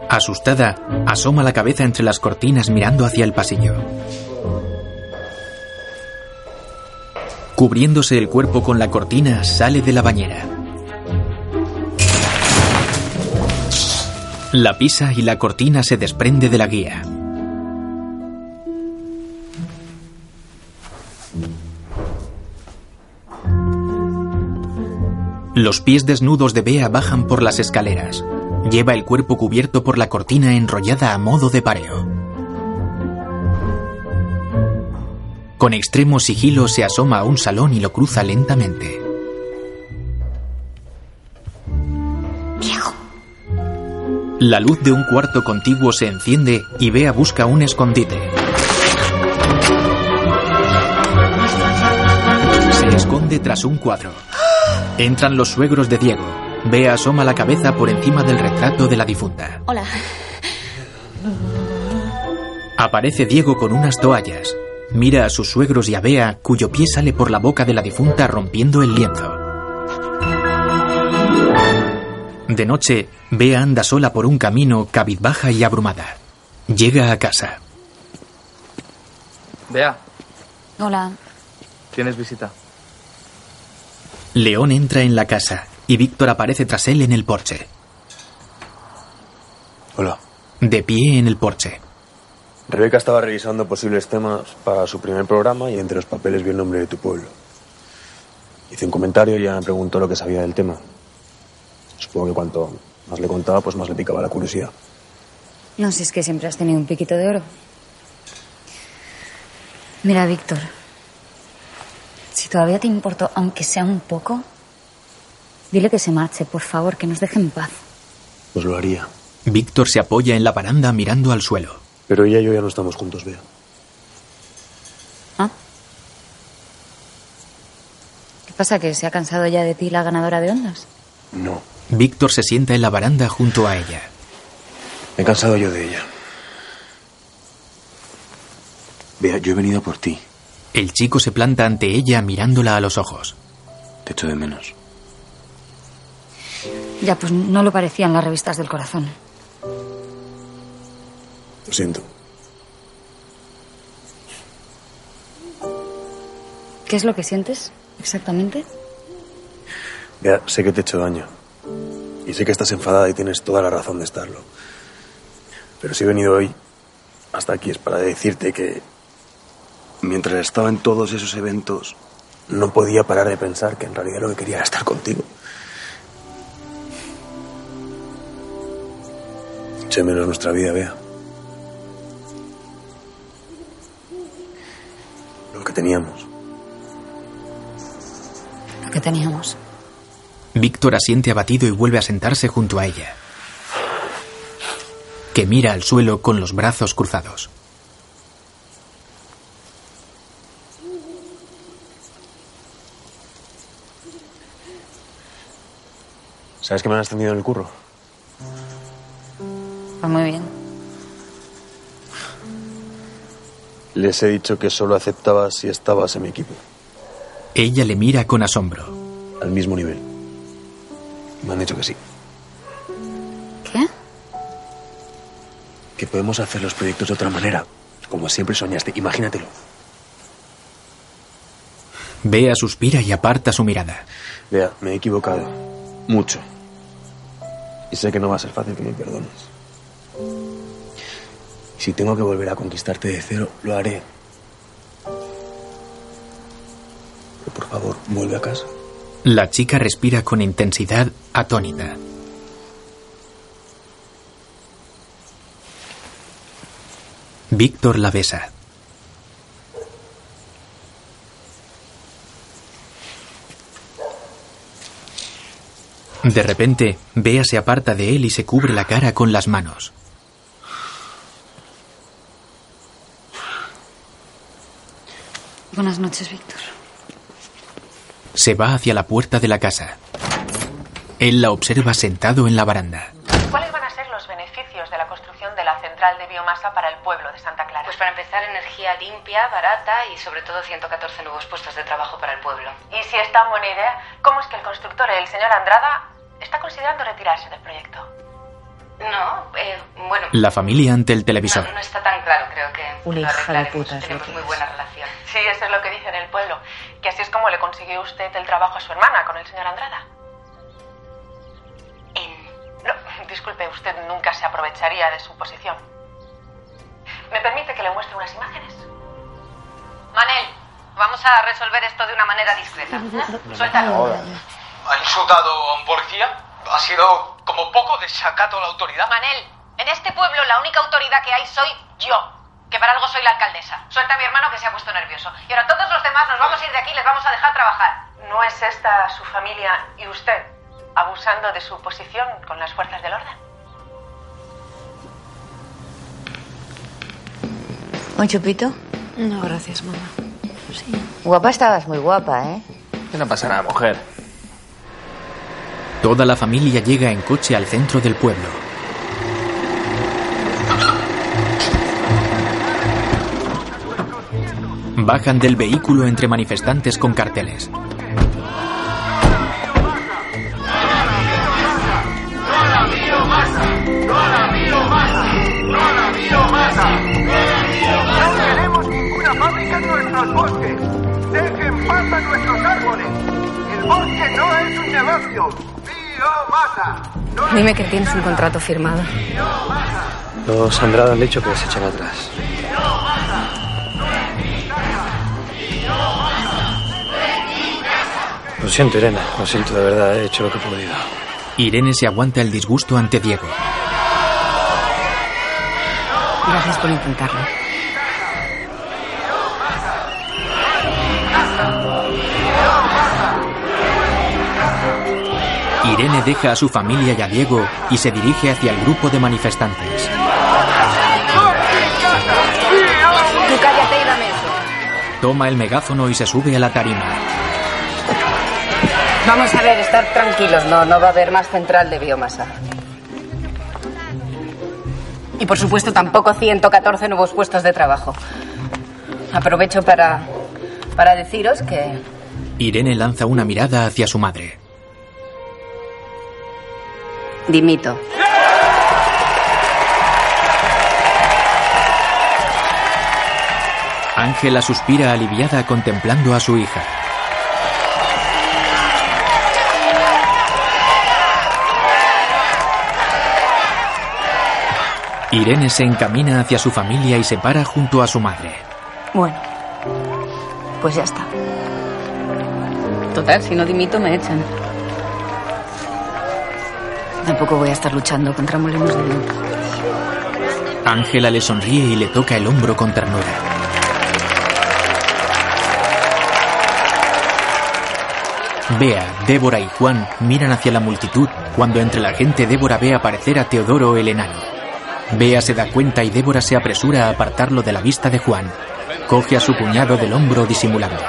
Asustada, asoma la cabeza entre las cortinas mirando hacia el pasillo. Cubriéndose el cuerpo con la cortina, sale de la bañera. La pisa y la cortina se desprende de la guía. Los pies desnudos de Bea bajan por las escaleras. Lleva el cuerpo cubierto por la cortina enrollada a modo de pareo. Con extremo sigilo se asoma a un salón y lo cruza lentamente. La luz de un cuarto contiguo se enciende y Bea busca un escondite. se esconde tras un cuadro. Entran los suegros de Diego. Bea asoma la cabeza por encima del retrato de la difunta.
Hola.
Aparece Diego con unas toallas. Mira a sus suegros y a Bea, cuyo pie sale por la boca de la difunta rompiendo el lienzo. De noche, Bea anda sola por un camino cabizbaja y abrumada. Llega a casa.
Vea,
Hola.
tienes visita.
León entra en la casa y Víctor aparece tras él en el porche.
Hola.
De pie en el porche.
Rebeca estaba revisando posibles temas para su primer programa y entre los papeles vio el nombre de tu pueblo. Hice un comentario y ella me preguntó lo que sabía del tema. Supongo que cuanto más le contaba, pues más le picaba la curiosidad.
No sé, es que siempre has tenido un piquito de oro. Mira, Víctor. Si todavía te importó, aunque sea un poco, dile que se marche, por favor, que nos deje en paz.
Pues lo haría.
Víctor se apoya en la baranda mirando al suelo.
Pero ella y yo ya no estamos juntos, Bea.
¿Qué pasa? ¿Que se ha cansado ya de ti la ganadora de ondas?
No.
Víctor se sienta en la baranda junto a ella.
Me he cansado yo de ella. Bea, yo he venido por ti.
El chico se planta ante ella mirándola a los ojos.
Te echo de menos.
Ya, pues no lo parecían las revistas del corazón.
Lo siento.
¿Qué es lo que sientes exactamente?
Bea, sé que te he hecho daño. Y sé que estás enfadada y tienes toda la razón de estarlo. Pero si he venido hoy hasta aquí es para decirte que mientras estaba en todos esos eventos no podía parar de pensar que en realidad lo que quería era estar contigo. Eché menos nuestra vida, Bea. Lo que teníamos.
Lo que teníamos.
Víctor asiente abatido y vuelve a sentarse junto a ella. Que mira al suelo con los brazos cruzados.
¿Sabes que me han extendido en el curro?
Pues muy bien.
Les he dicho que solo aceptaba si estabas en mi equipo.
Ella le mira con asombro.
Al mismo nivel. Me han dicho que sí.
¿Qué?
Que podemos hacer los proyectos de otra manera. Como siempre soñaste. Imagínatelo.
Bea suspira y aparta su mirada.
Vea, me he equivocado. Mucho. Y sé que no va a ser fácil que me perdones. Y Si tengo que volver a conquistarte de cero, lo haré. Pero por favor, vuelve a casa.
La chica respira con intensidad atónita. Víctor la besa. De repente, Bea se aparta de él y se cubre la cara con las manos.
Buenas noches, Víctor.
Se va hacia la puerta de la casa. Él la observa sentado en la baranda.
¿Cuáles van a ser los beneficios de la construcción de la central de biomasa para el pueblo de Santa Clara?
Pues para empezar, energía limpia, barata y sobre todo 114 nuevos puestos de trabajo para el pueblo.
Y si es tan buena idea, ¿cómo es que el constructor, el señor Andrada, está considerando retirarse del proyecto?
No, eh, bueno.
La familia ante el televisor.
No, no está tan claro, creo que.
Una
lo
hija de
arreglaremos.
puta es lo
Tenemos
que
muy
es.
buena relación.
Sí, eso es lo que dice en el pueblo, que así es como le consiguió usted el trabajo a su hermana con el señor Andrada. No, disculpe, usted nunca se aprovecharía de su posición. ¿Me permite que le muestre unas imágenes?
Manel, vamos a resolver esto de una manera discreta. Suéltalo.
¿Ha insultado a un policía? ¿Ha sido como poco desacato a la autoridad?
Manel, en este pueblo la única autoridad que hay soy yo. Que para algo soy la alcaldesa. Suelta a mi hermano que se ha puesto nervioso. Y ahora todos los demás nos vamos a ir de aquí y les vamos a dejar trabajar.
¿No es esta su familia y usted abusando de su posición con las fuerzas del orden?
¿Un chupito?
No, gracias, mamá.
Guapa estabas muy guapa, ¿eh?
Que no pasa nada, mujer.
Toda la familia llega en coche al centro del pueblo. Bajan del vehículo entre manifestantes con carteles.
ninguna fábrica en nuestros bosques. Dejen paz a nuestros árboles. El bosque no es un negocio. Biomasa.
Dime que tienes un contrato firmado.
Los Andrade han dicho que se echan atrás.
Lo siento, Irene. Lo siento, de verdad. He hecho lo que he podido.
Irene se aguanta el disgusto ante Diego.
Gracias por intentarlo.
Irene deja a su familia y a Diego y se dirige hacia el grupo de manifestantes.
Tú cállate y dame eso.
Toma el megáfono y se sube a la tarima.
Vamos a ver, estar tranquilos. No, no va a haber más central de biomasa. Y por supuesto tampoco 114 nuevos puestos de trabajo. Aprovecho para, para deciros que
Irene lanza una mirada hacia su madre.
dimito.
Ángela suspira aliviada contemplando a su hija. Irene se encamina hacia su familia y se para junto a su madre.
Bueno, pues ya está. Total, si no dimito me echan. Tampoco voy a estar luchando contra molinos de viento.
Ángela le sonríe y le toca el hombro con ternura. Bea, Débora y Juan miran hacia la multitud cuando entre la gente Débora ve aparecer a Teodoro el enano. Bea se da cuenta y Débora se apresura a apartarlo de la vista de Juan. Coge a su cuñado del hombro disimulando.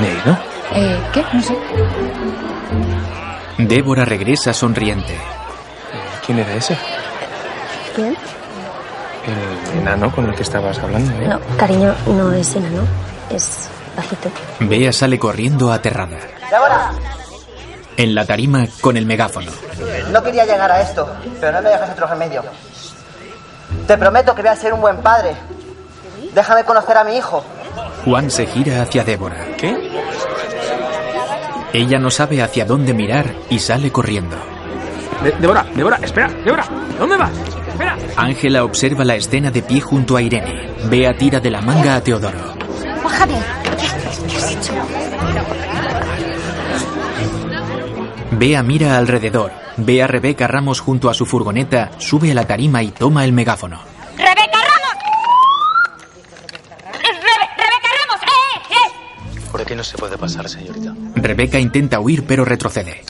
¿Me he ido?
Eh, ¿Qué? No sé.
Débora regresa sonriente. ¿Quién era ese?
¿Quién?
El enano con el que estabas hablando, ¿eh?
No, cariño, no es enano. Es bajito.
Bea sale corriendo aterrada.
Débora,
En la tarima con el megáfono.
no quería llegar a esto, pero no me dejas otro remedio. Te prometo que voy a ser un buen padre. Déjame conocer a mi hijo.
Juan se gira hacia Débora. ¿Qué? Ella no sabe hacia dónde mirar y sale corriendo.
Débora, Débora, espera, Débora. ¿Dónde vas? Espera.
Ángela observa la escena de pie junto a Irene. Bea tira de la manga a Teodoro.
Bájate. Oh, ¿Qué has hecho?
Bea mira alrededor. Ve a Rebeca Ramos junto a su furgoneta, sube a la tarima y toma el megáfono.
¡Rebeca Ramos! Rebe- ¡Rebeca Ramos! ¡Eh! ¡Eh!
Por aquí no se puede pasar, señorita.
Rebeca intenta huir pero retrocede.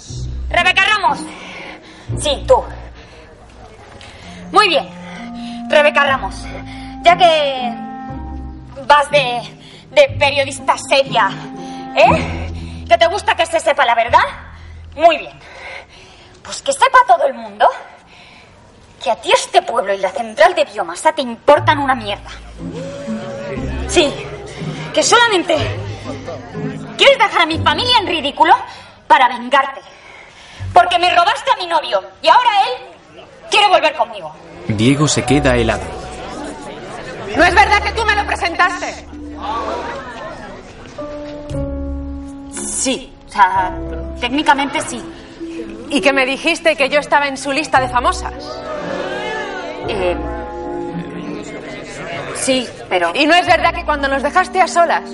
¡Rebeca Ramos! Sí, tú. Muy bien. Rebeca Ramos. Ya que. vas de. de periodista seria, ¿eh? Que te gusta que se sepa la verdad. Muy bien. Pues que sepa todo el mundo que a ti este pueblo y la central de biomasa te importan una mierda. Sí, que solamente quieres dejar a mi familia en ridículo para vengarte. Porque me robaste a mi novio y ahora él quiere volver conmigo.
Diego se queda helado.
No es verdad que tú me lo presentaste.
Sí, o sea, técnicamente sí.
Y que me dijiste que yo estaba en su lista de famosas.
Eh, sí, pero...
Y no es verdad que cuando nos dejaste a solas,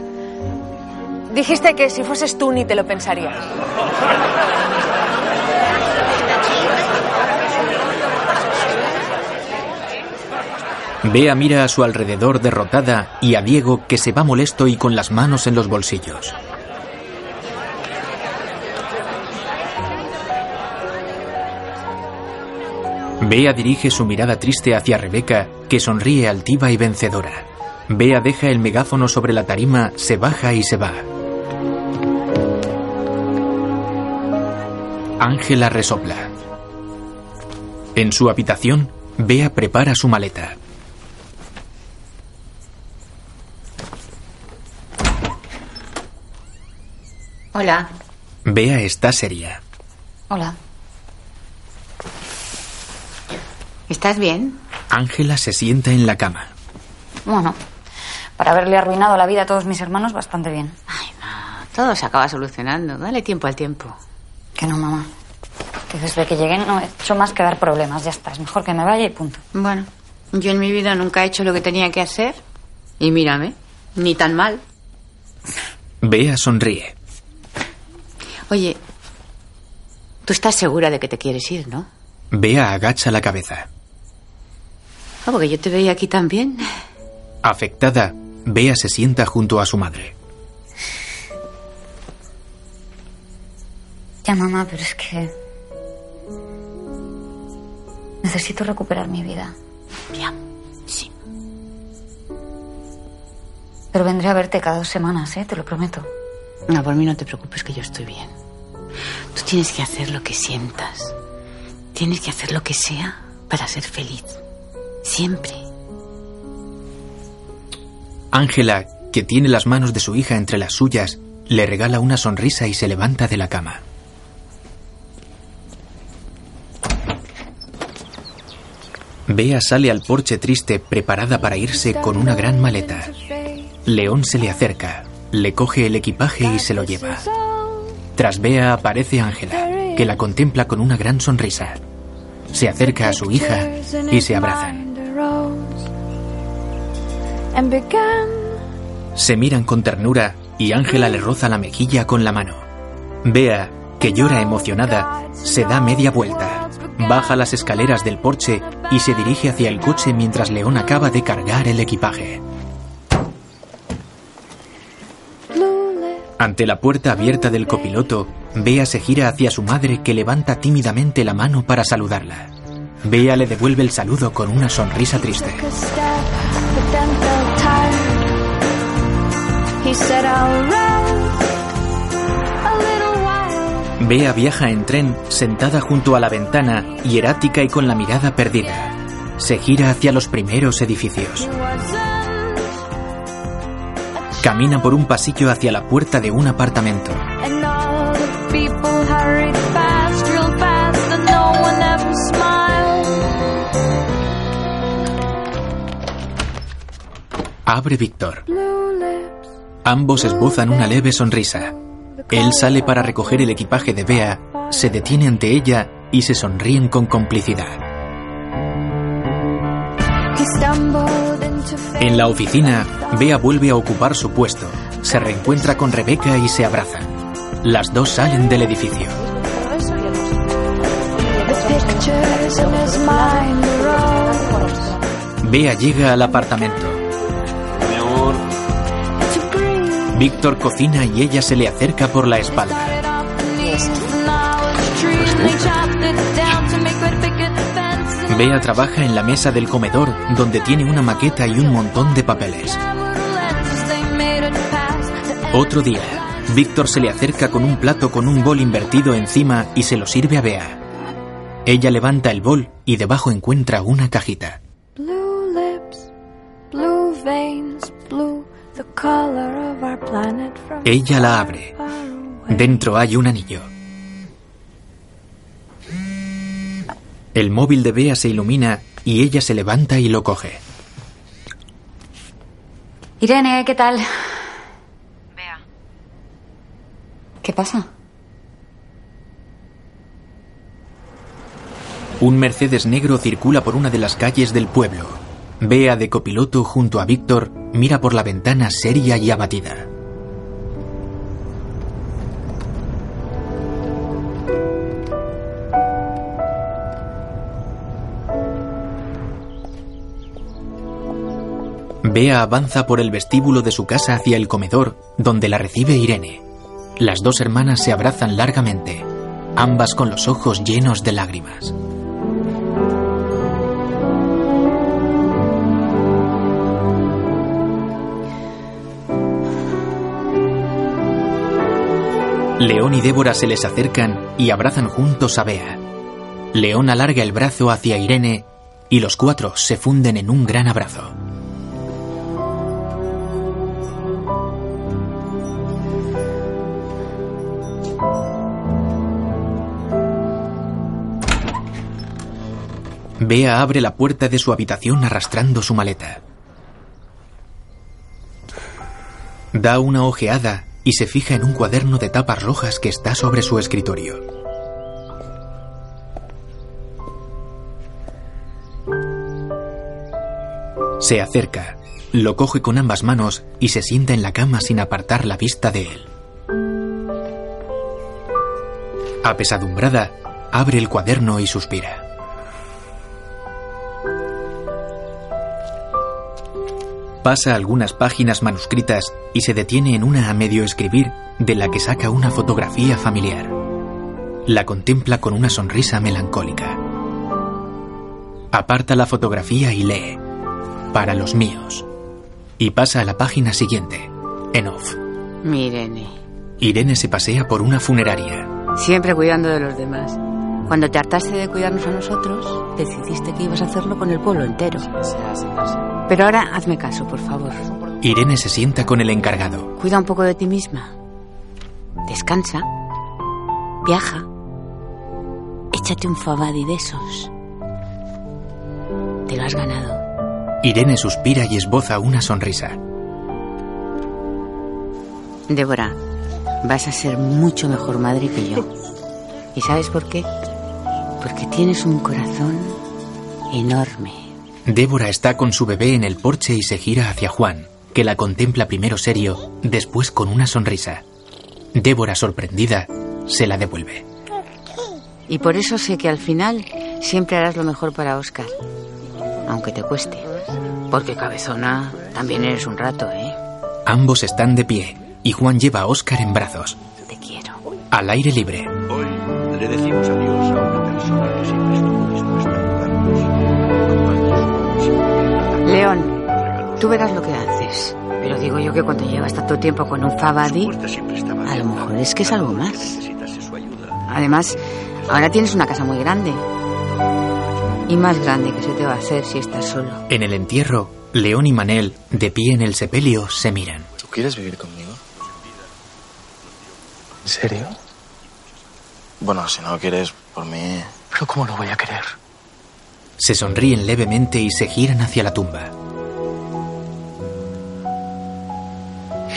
dijiste que si fueses tú ni te lo pensarías.
Bea mira a su alrededor derrotada y a Diego que se va molesto y con las manos en los bolsillos. Bea dirige su mirada triste hacia Rebeca, que sonríe altiva y vencedora. Bea deja el megáfono sobre la tarima, se baja y se va. Ángela resopla. En su habitación, Bea prepara su maleta.
Hola.
Bea está seria.
Hola. ¿Estás bien?
Ángela se sienta en la cama.
Bueno, para haberle arruinado la vida a todos mis hermanos, bastante bien.
Todo se acaba solucionando. Dale tiempo al tiempo.
Que no, mamá. Que Pues desde que llegué no he hecho más que dar problemas. Ya está, es mejor que me vaya y punto.
Bueno, yo en mi vida nunca he hecho lo que tenía que hacer. Y mírame, ni tan mal.
Bea sonríe.
Oye, tú estás segura de que te quieres ir, ¿no?
Bea agacha la cabeza.
Ah, porque yo te veía aquí también.
Afectada, Bea se sienta junto a su madre.
Ya, mamá, pero es que. Necesito recuperar mi vida.
Ya, sí.
Pero vendré a verte cada dos semanas, ¿eh? Te lo prometo.
No, por mí no te preocupes que yo estoy bien. Tú tienes que hacer lo que sientas. Tienes que hacer lo que sea para ser feliz. Siempre.
Ángela, que tiene las manos de su hija entre las suyas, le regala una sonrisa y se levanta de la cama. Bea sale al porche triste, preparada para irse con una gran maleta. León se le acerca, le coge el equipaje y se lo lleva. Tras Bea aparece Ángela, que la contempla con una gran sonrisa. Se acerca a su hija y se abrazan. Se miran con ternura y Ángela le roza la mejilla con la mano. Bea, que llora emocionada, se da media vuelta, baja las escaleras del porche y se dirige hacia el coche mientras León acaba de cargar el equipaje. Ante la puerta abierta del copiloto, Bea se gira hacia su madre que levanta tímidamente la mano para saludarla. Bea le devuelve el saludo con una sonrisa triste. Bea viaja en tren sentada junto a la ventana, hierática y con la mirada perdida. Se gira hacia los primeros edificios. Camina por un pasillo hacia la puerta de un apartamento.
Eh,
Abre Víctor. Ambos esbozan una leve sonrisa. Él sale para recoger el equipaje de Bea, se detiene ante ella y se sonríen con complicidad. En la oficina, Bea vuelve a ocupar su puesto, se reencuentra con Rebeca y se abrazan. Las dos salen del edificio. Bea llega al apartamento. Víctor cocina y ella se le acerca por la espalda. Bea trabaja en la mesa del comedor, donde tiene una maqueta y un montón de papeles. Otro día, Víctor se le acerca con un plato con un bol invertido encima y se lo sirve a Bea. Ella levanta el bol y debajo encuentra una cajita. Ella la abre. Dentro hay un anillo. El móvil de Bea se ilumina y ella se levanta y lo coge.
Irene, ¿qué tal?
Bea,
¿Qué pasa?
Un Mercedes negro circula por una de las calles del pueblo. Bea de copiloto junto a Víctor mira por la ventana seria y abatida. Bea avanza por el vestíbulo de su casa hacia el comedor, donde la recibe Irene. Las dos hermanas se abrazan largamente, ambas con los ojos llenos de lágrimas. León y Débora se les acercan y abrazan juntos a Bea. León alarga el brazo hacia Irene y los cuatro se funden en un gran abrazo. Bea abre la puerta de su habitación arrastrando su maleta. Da una ojeada y se fija en un cuaderno de tapas rojas que está sobre su escritorio. Se acerca, lo coge con ambas manos y se sienta en la cama sin apartar la vista de él. Apesadumbrada, abre el cuaderno y suspira. Pasa algunas páginas manuscritas y se detiene en una a medio escribir de la que saca una fotografía familiar. La contempla con una sonrisa melancólica. Aparta la fotografía y lee. Para los míos. Y pasa a la página siguiente. En off.
Miren,
Irene se pasea por una funeraria.
siempre cuidando de los demás. Cuando te hartaste de cuidarnos a nosotros, decidiste que ibas a hacerlo con el pueblo entero. Pero ahora hazme caso, por favor.
Irene se sienta con el encargado.
Cuida un poco de ti misma. Descansa. Viaja. Échate un fabadi de esos. Te lo has ganado.
Irene suspira y esboza una sonrisa.
Débora, vas a ser mucho mejor madre que yo. ¿Y sabes por qué? Porque tienes un corazón enorme.
Débora está con su bebé en el porche y se gira hacia Juan, que la contempla primero serio, después con una sonrisa. Débora, sorprendida, se la devuelve.
Y por eso sé que al final siempre harás lo mejor para Oscar. Aunque te cueste. Porque cabezona, también eres un rato, ¿eh?
Ambos están de pie y Juan lleva a Oscar en brazos.
Te quiero.
Al aire libre,
Hoy le decimos adiós a una persona que siempre estuvo dispuesta a ayudarnos.
León, tú verás lo que haces. Pero digo yo que cuando llevas tanto tiempo con un Fabadi, a lo mejor es que es algo más. Además, ahora tienes una casa muy grande. Y más grande que se te va a hacer si estás solo.
en el entierro, León y Manel, de pie en el sepelio, se miran.
¿Tú quieres vivir conmigo? ¿En serio? Bueno, si no lo quieres, por mí... Pero ¿cómo lo voy a querer?
Se sonríen levemente y se giran hacia la tumba.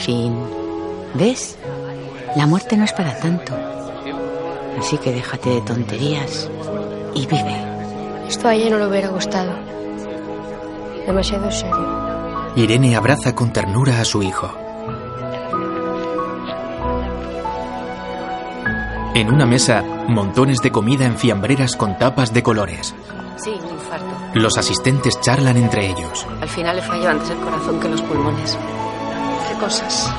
Fin. ¿Ves? La muerte no es para tanto. Así que déjate de tonterías y vive.
Esto a ella no le hubiera gustado. Demasiado serio.
Irene abraza con ternura a su hijo. En una mesa, montones de comida en fiambreras con tapas de colores.
Sí, un infarto.
Los asistentes charlan entre ellos.
Al final le falló antes el corazón que los pulmones.
Qué cosas.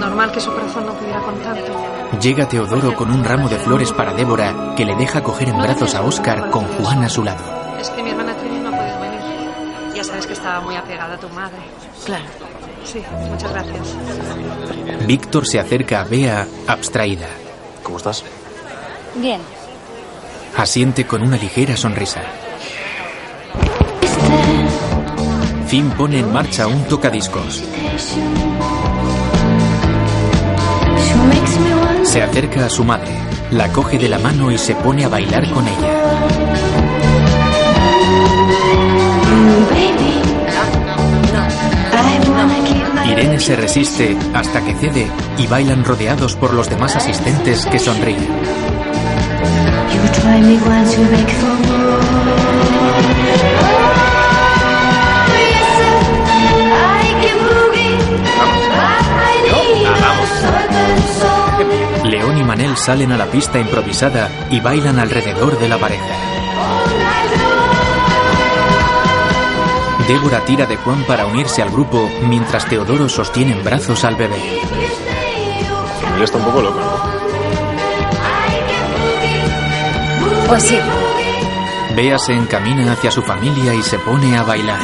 Normal que su corazón no pudiera con tanto.
Llega Teodoro con un ramo de flores para Débora, que le deja coger en brazos a Oscar con Juan a su lado.
Es que mi hermana Trini no ha podido venir. Ya sabes que estaba muy apegada a tu madre. Claro. Sí, muchas gracias.
Víctor se acerca a Bea, abstraída.
¿Cómo estás?
Bien.
Asiente con una ligera sonrisa. Finn pone en marcha un tocadiscos. Se acerca a su madre, la coge de la mano y se pone a bailar con ella. Irene se resiste hasta que cede y bailan rodeados por los demás asistentes que sonríen. León y Manel salen a la pista improvisada y bailan alrededor de la pareja. Débora tira de Juan para unirse al grupo mientras Teodoro sostiene en brazos al bebé.
La familia Pues está un poco loca, ¿no?
Pues sí.
Bea se encamina hacia su familia y se pone a bailar.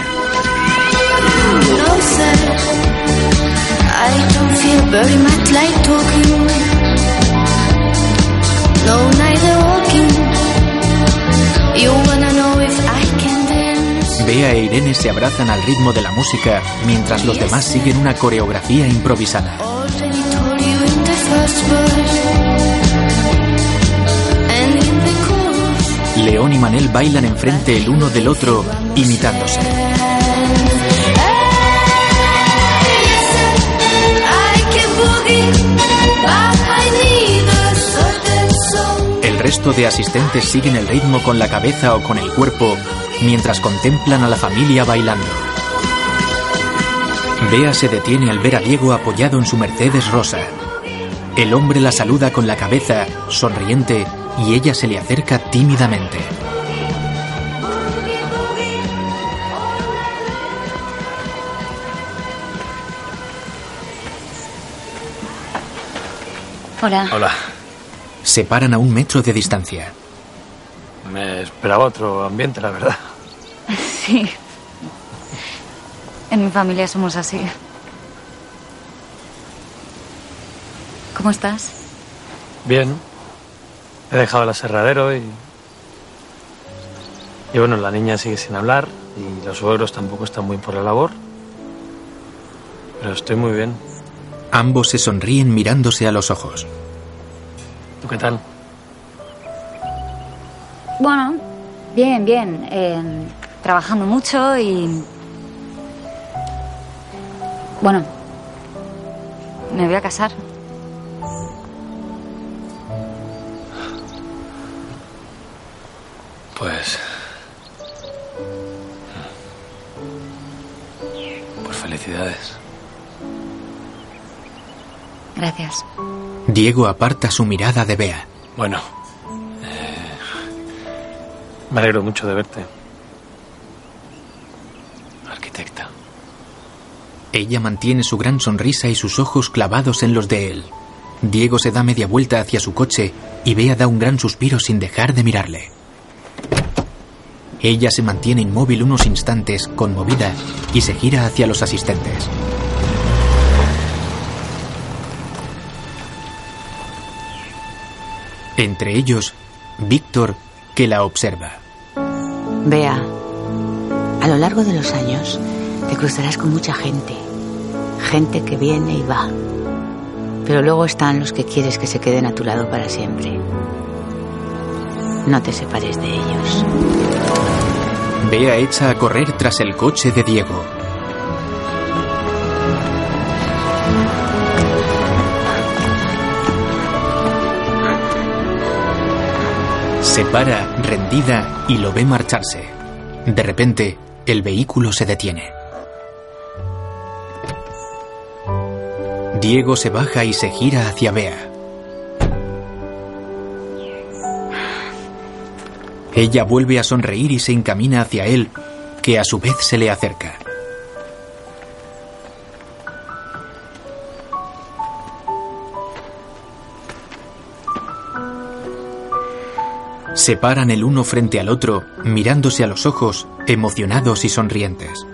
Slow night of walking. You wanna know if I can dance.
Bea e Irene se abrazan al ritmo de la música mientras los demás siguen una coreografía improvisada.
Already told you in the first verse. And in the chorus.
León y Manel bailan enfrente el uno del otro, imitándose.
I can boogie, but I need a certain song.
El resto de asistentes siguen el ritmo con la cabeza o con el cuerpo mientras contemplan a la familia bailando. Bea se detiene al ver a Diego apoyado en su Mercedes rosa. El hombre la saluda con la cabeza, sonriente, y ella se le acerca tímidamente.
Hola.
Hola.
Se paran a un metro de distancia.
Me esperaba otro ambiente, la verdad.
Sí. En mi familia somos así. ¿Cómo estás?
Bien. He dejado el aserradero y. Y bueno, la niña sigue sin hablar y los suegros tampoco están muy por la labor. Pero estoy muy bien.
Ambos se sonríen mirándose a los ojos.
¿Tú qué tal?
Bueno, bien, bien. Eh, trabajando mucho y... Bueno, me voy a casar.
Pues. Pues felicidades.
Gracias.
Diego aparta su mirada de Bea.
Bueno. eh, me alegro mucho de verte. Arquitecta.
Ella mantiene su gran sonrisa y sus ojos clavados en los de él. Diego se da media vuelta hacia su coche y Bea da un gran suspiro sin dejar de mirarle. Ella se mantiene inmóvil unos instantes, conmovida, y se gira hacia los asistentes. Entre ellos, Víctor, que la observa.
Vea, a lo largo de los años te cruzarás con mucha gente. Gente que viene y va. Pero luego están los que quieres que se queden a tu lado para siempre. No te separes de ellos.
Bea echa a correr tras el coche de Diego. Se para, rendida, y lo ve marcharse. De repente, el vehículo se detiene. Diego se baja y se gira hacia Bea. Ella vuelve a sonreír y se encamina hacia él, que a su vez se le acerca. Se paran el uno frente al otro, mirándose a los ojos, emocionados y sonrientes.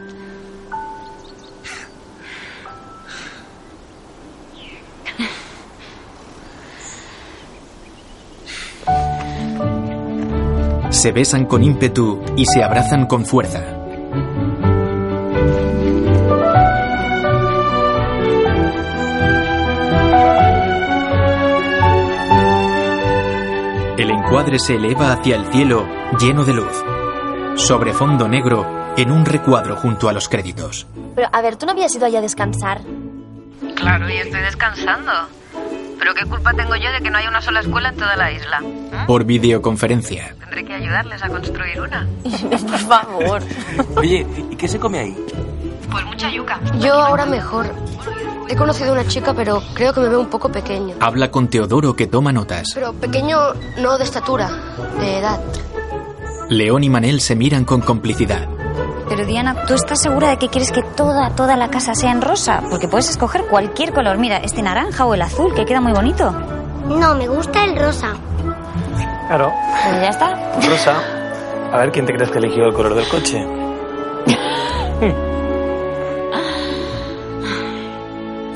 Se besan con ímpetu y se abrazan con fuerza. El encuadre se eleva hacia el cielo lleno de luz. Sobre fondo negro, en un recuadro junto a los créditos.
Pero, a ver, tú no habías ido allá a descansar.
Claro, y estoy descansando. Pero ¿qué culpa tengo yo de que no haya una sola escuela en toda la isla?
Por videoconferencia.
Tendré que ayudarles a construir una.
Por favor.
Oye, ¿y qué se come ahí?
Pues mucha yuca.
Yo ahora mejor. He conocido a una chica, pero creo que me veo un poco pequeño.
Habla con Teodoro que toma notas.
Pero pequeño no de estatura, de edad.
León y Manel se miran con complicidad.
Pero Diana, ¿tú estás segura de que quieres que toda, toda la casa sea en rosa? Porque puedes escoger cualquier color. Mira, este naranja o el azul, que queda muy bonito.
No, me gusta el rosa.
Claro.
Pues ya está.
Rosa. A ver, ¿quién te crees que eligió el color del coche?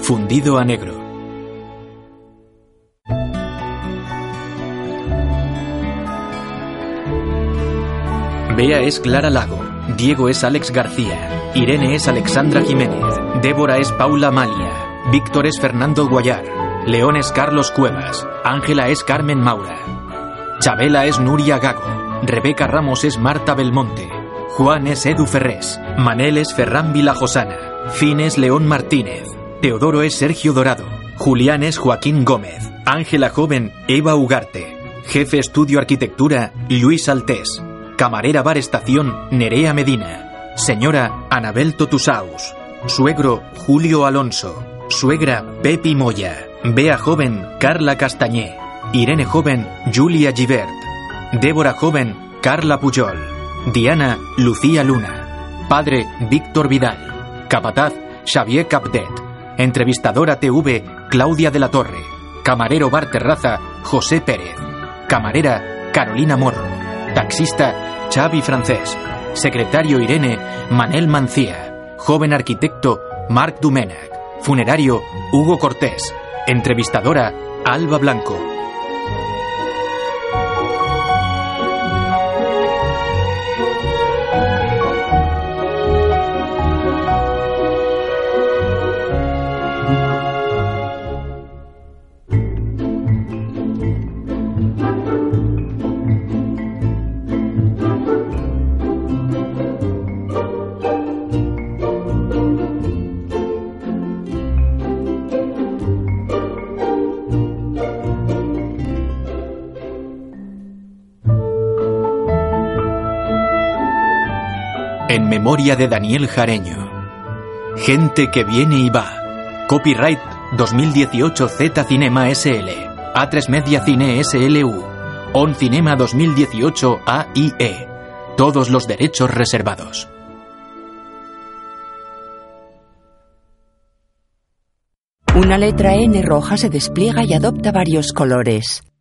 Fundido a negro. Bea es Clara Lago. Diego es Alex García. Irene es Alexandra Jiménez. Débora es Paula Malia. Víctor es Fernando Guayar. León es Carlos Cuevas. Ángela es Carmen Maura. Chabela es Nuria Gago. Rebeca Ramos es Marta Belmonte. Juan es Edu Ferrés. Manel es Ferran Vilajosana. Fin es León Martínez. Teodoro es Sergio Dorado. Julián es Joaquín Gómez. Ángela Joven, Eva Ugarte. Jefe Estudio Arquitectura, Luis Altés. Camarera Bar Estación, Nerea Medina. Señora Anabel Totusaus. Suegro, Julio Alonso. Suegra, Pepi Moya. Bea Joven, Carla Castañé. Irene Joven, Julia Givert. Débora Joven, Carla Puyol. Diana, Lucía Luna. Padre, Víctor Vidal. Capataz, Xavier Capdet. Entrevistadora TV, Claudia de la Torre. Camarero Bar Terraza, José Pérez. Camarera, Carolina Morro. Taxista, Xavi Francés. Secretario Irene, Manel Mancía. Joven arquitecto, Marc Dumenac. Funerario, Hugo Cortés. Entrevistadora, Alba Blanco. En memoria de Daniel Jareño. Gente que viene y va. Copyright 2018 Z Cinema SL. A3 Media Cine SLU. On Cinema 2018 AIE. E. Todos los derechos reservados.
Una letra N roja se despliega y adopta varios colores.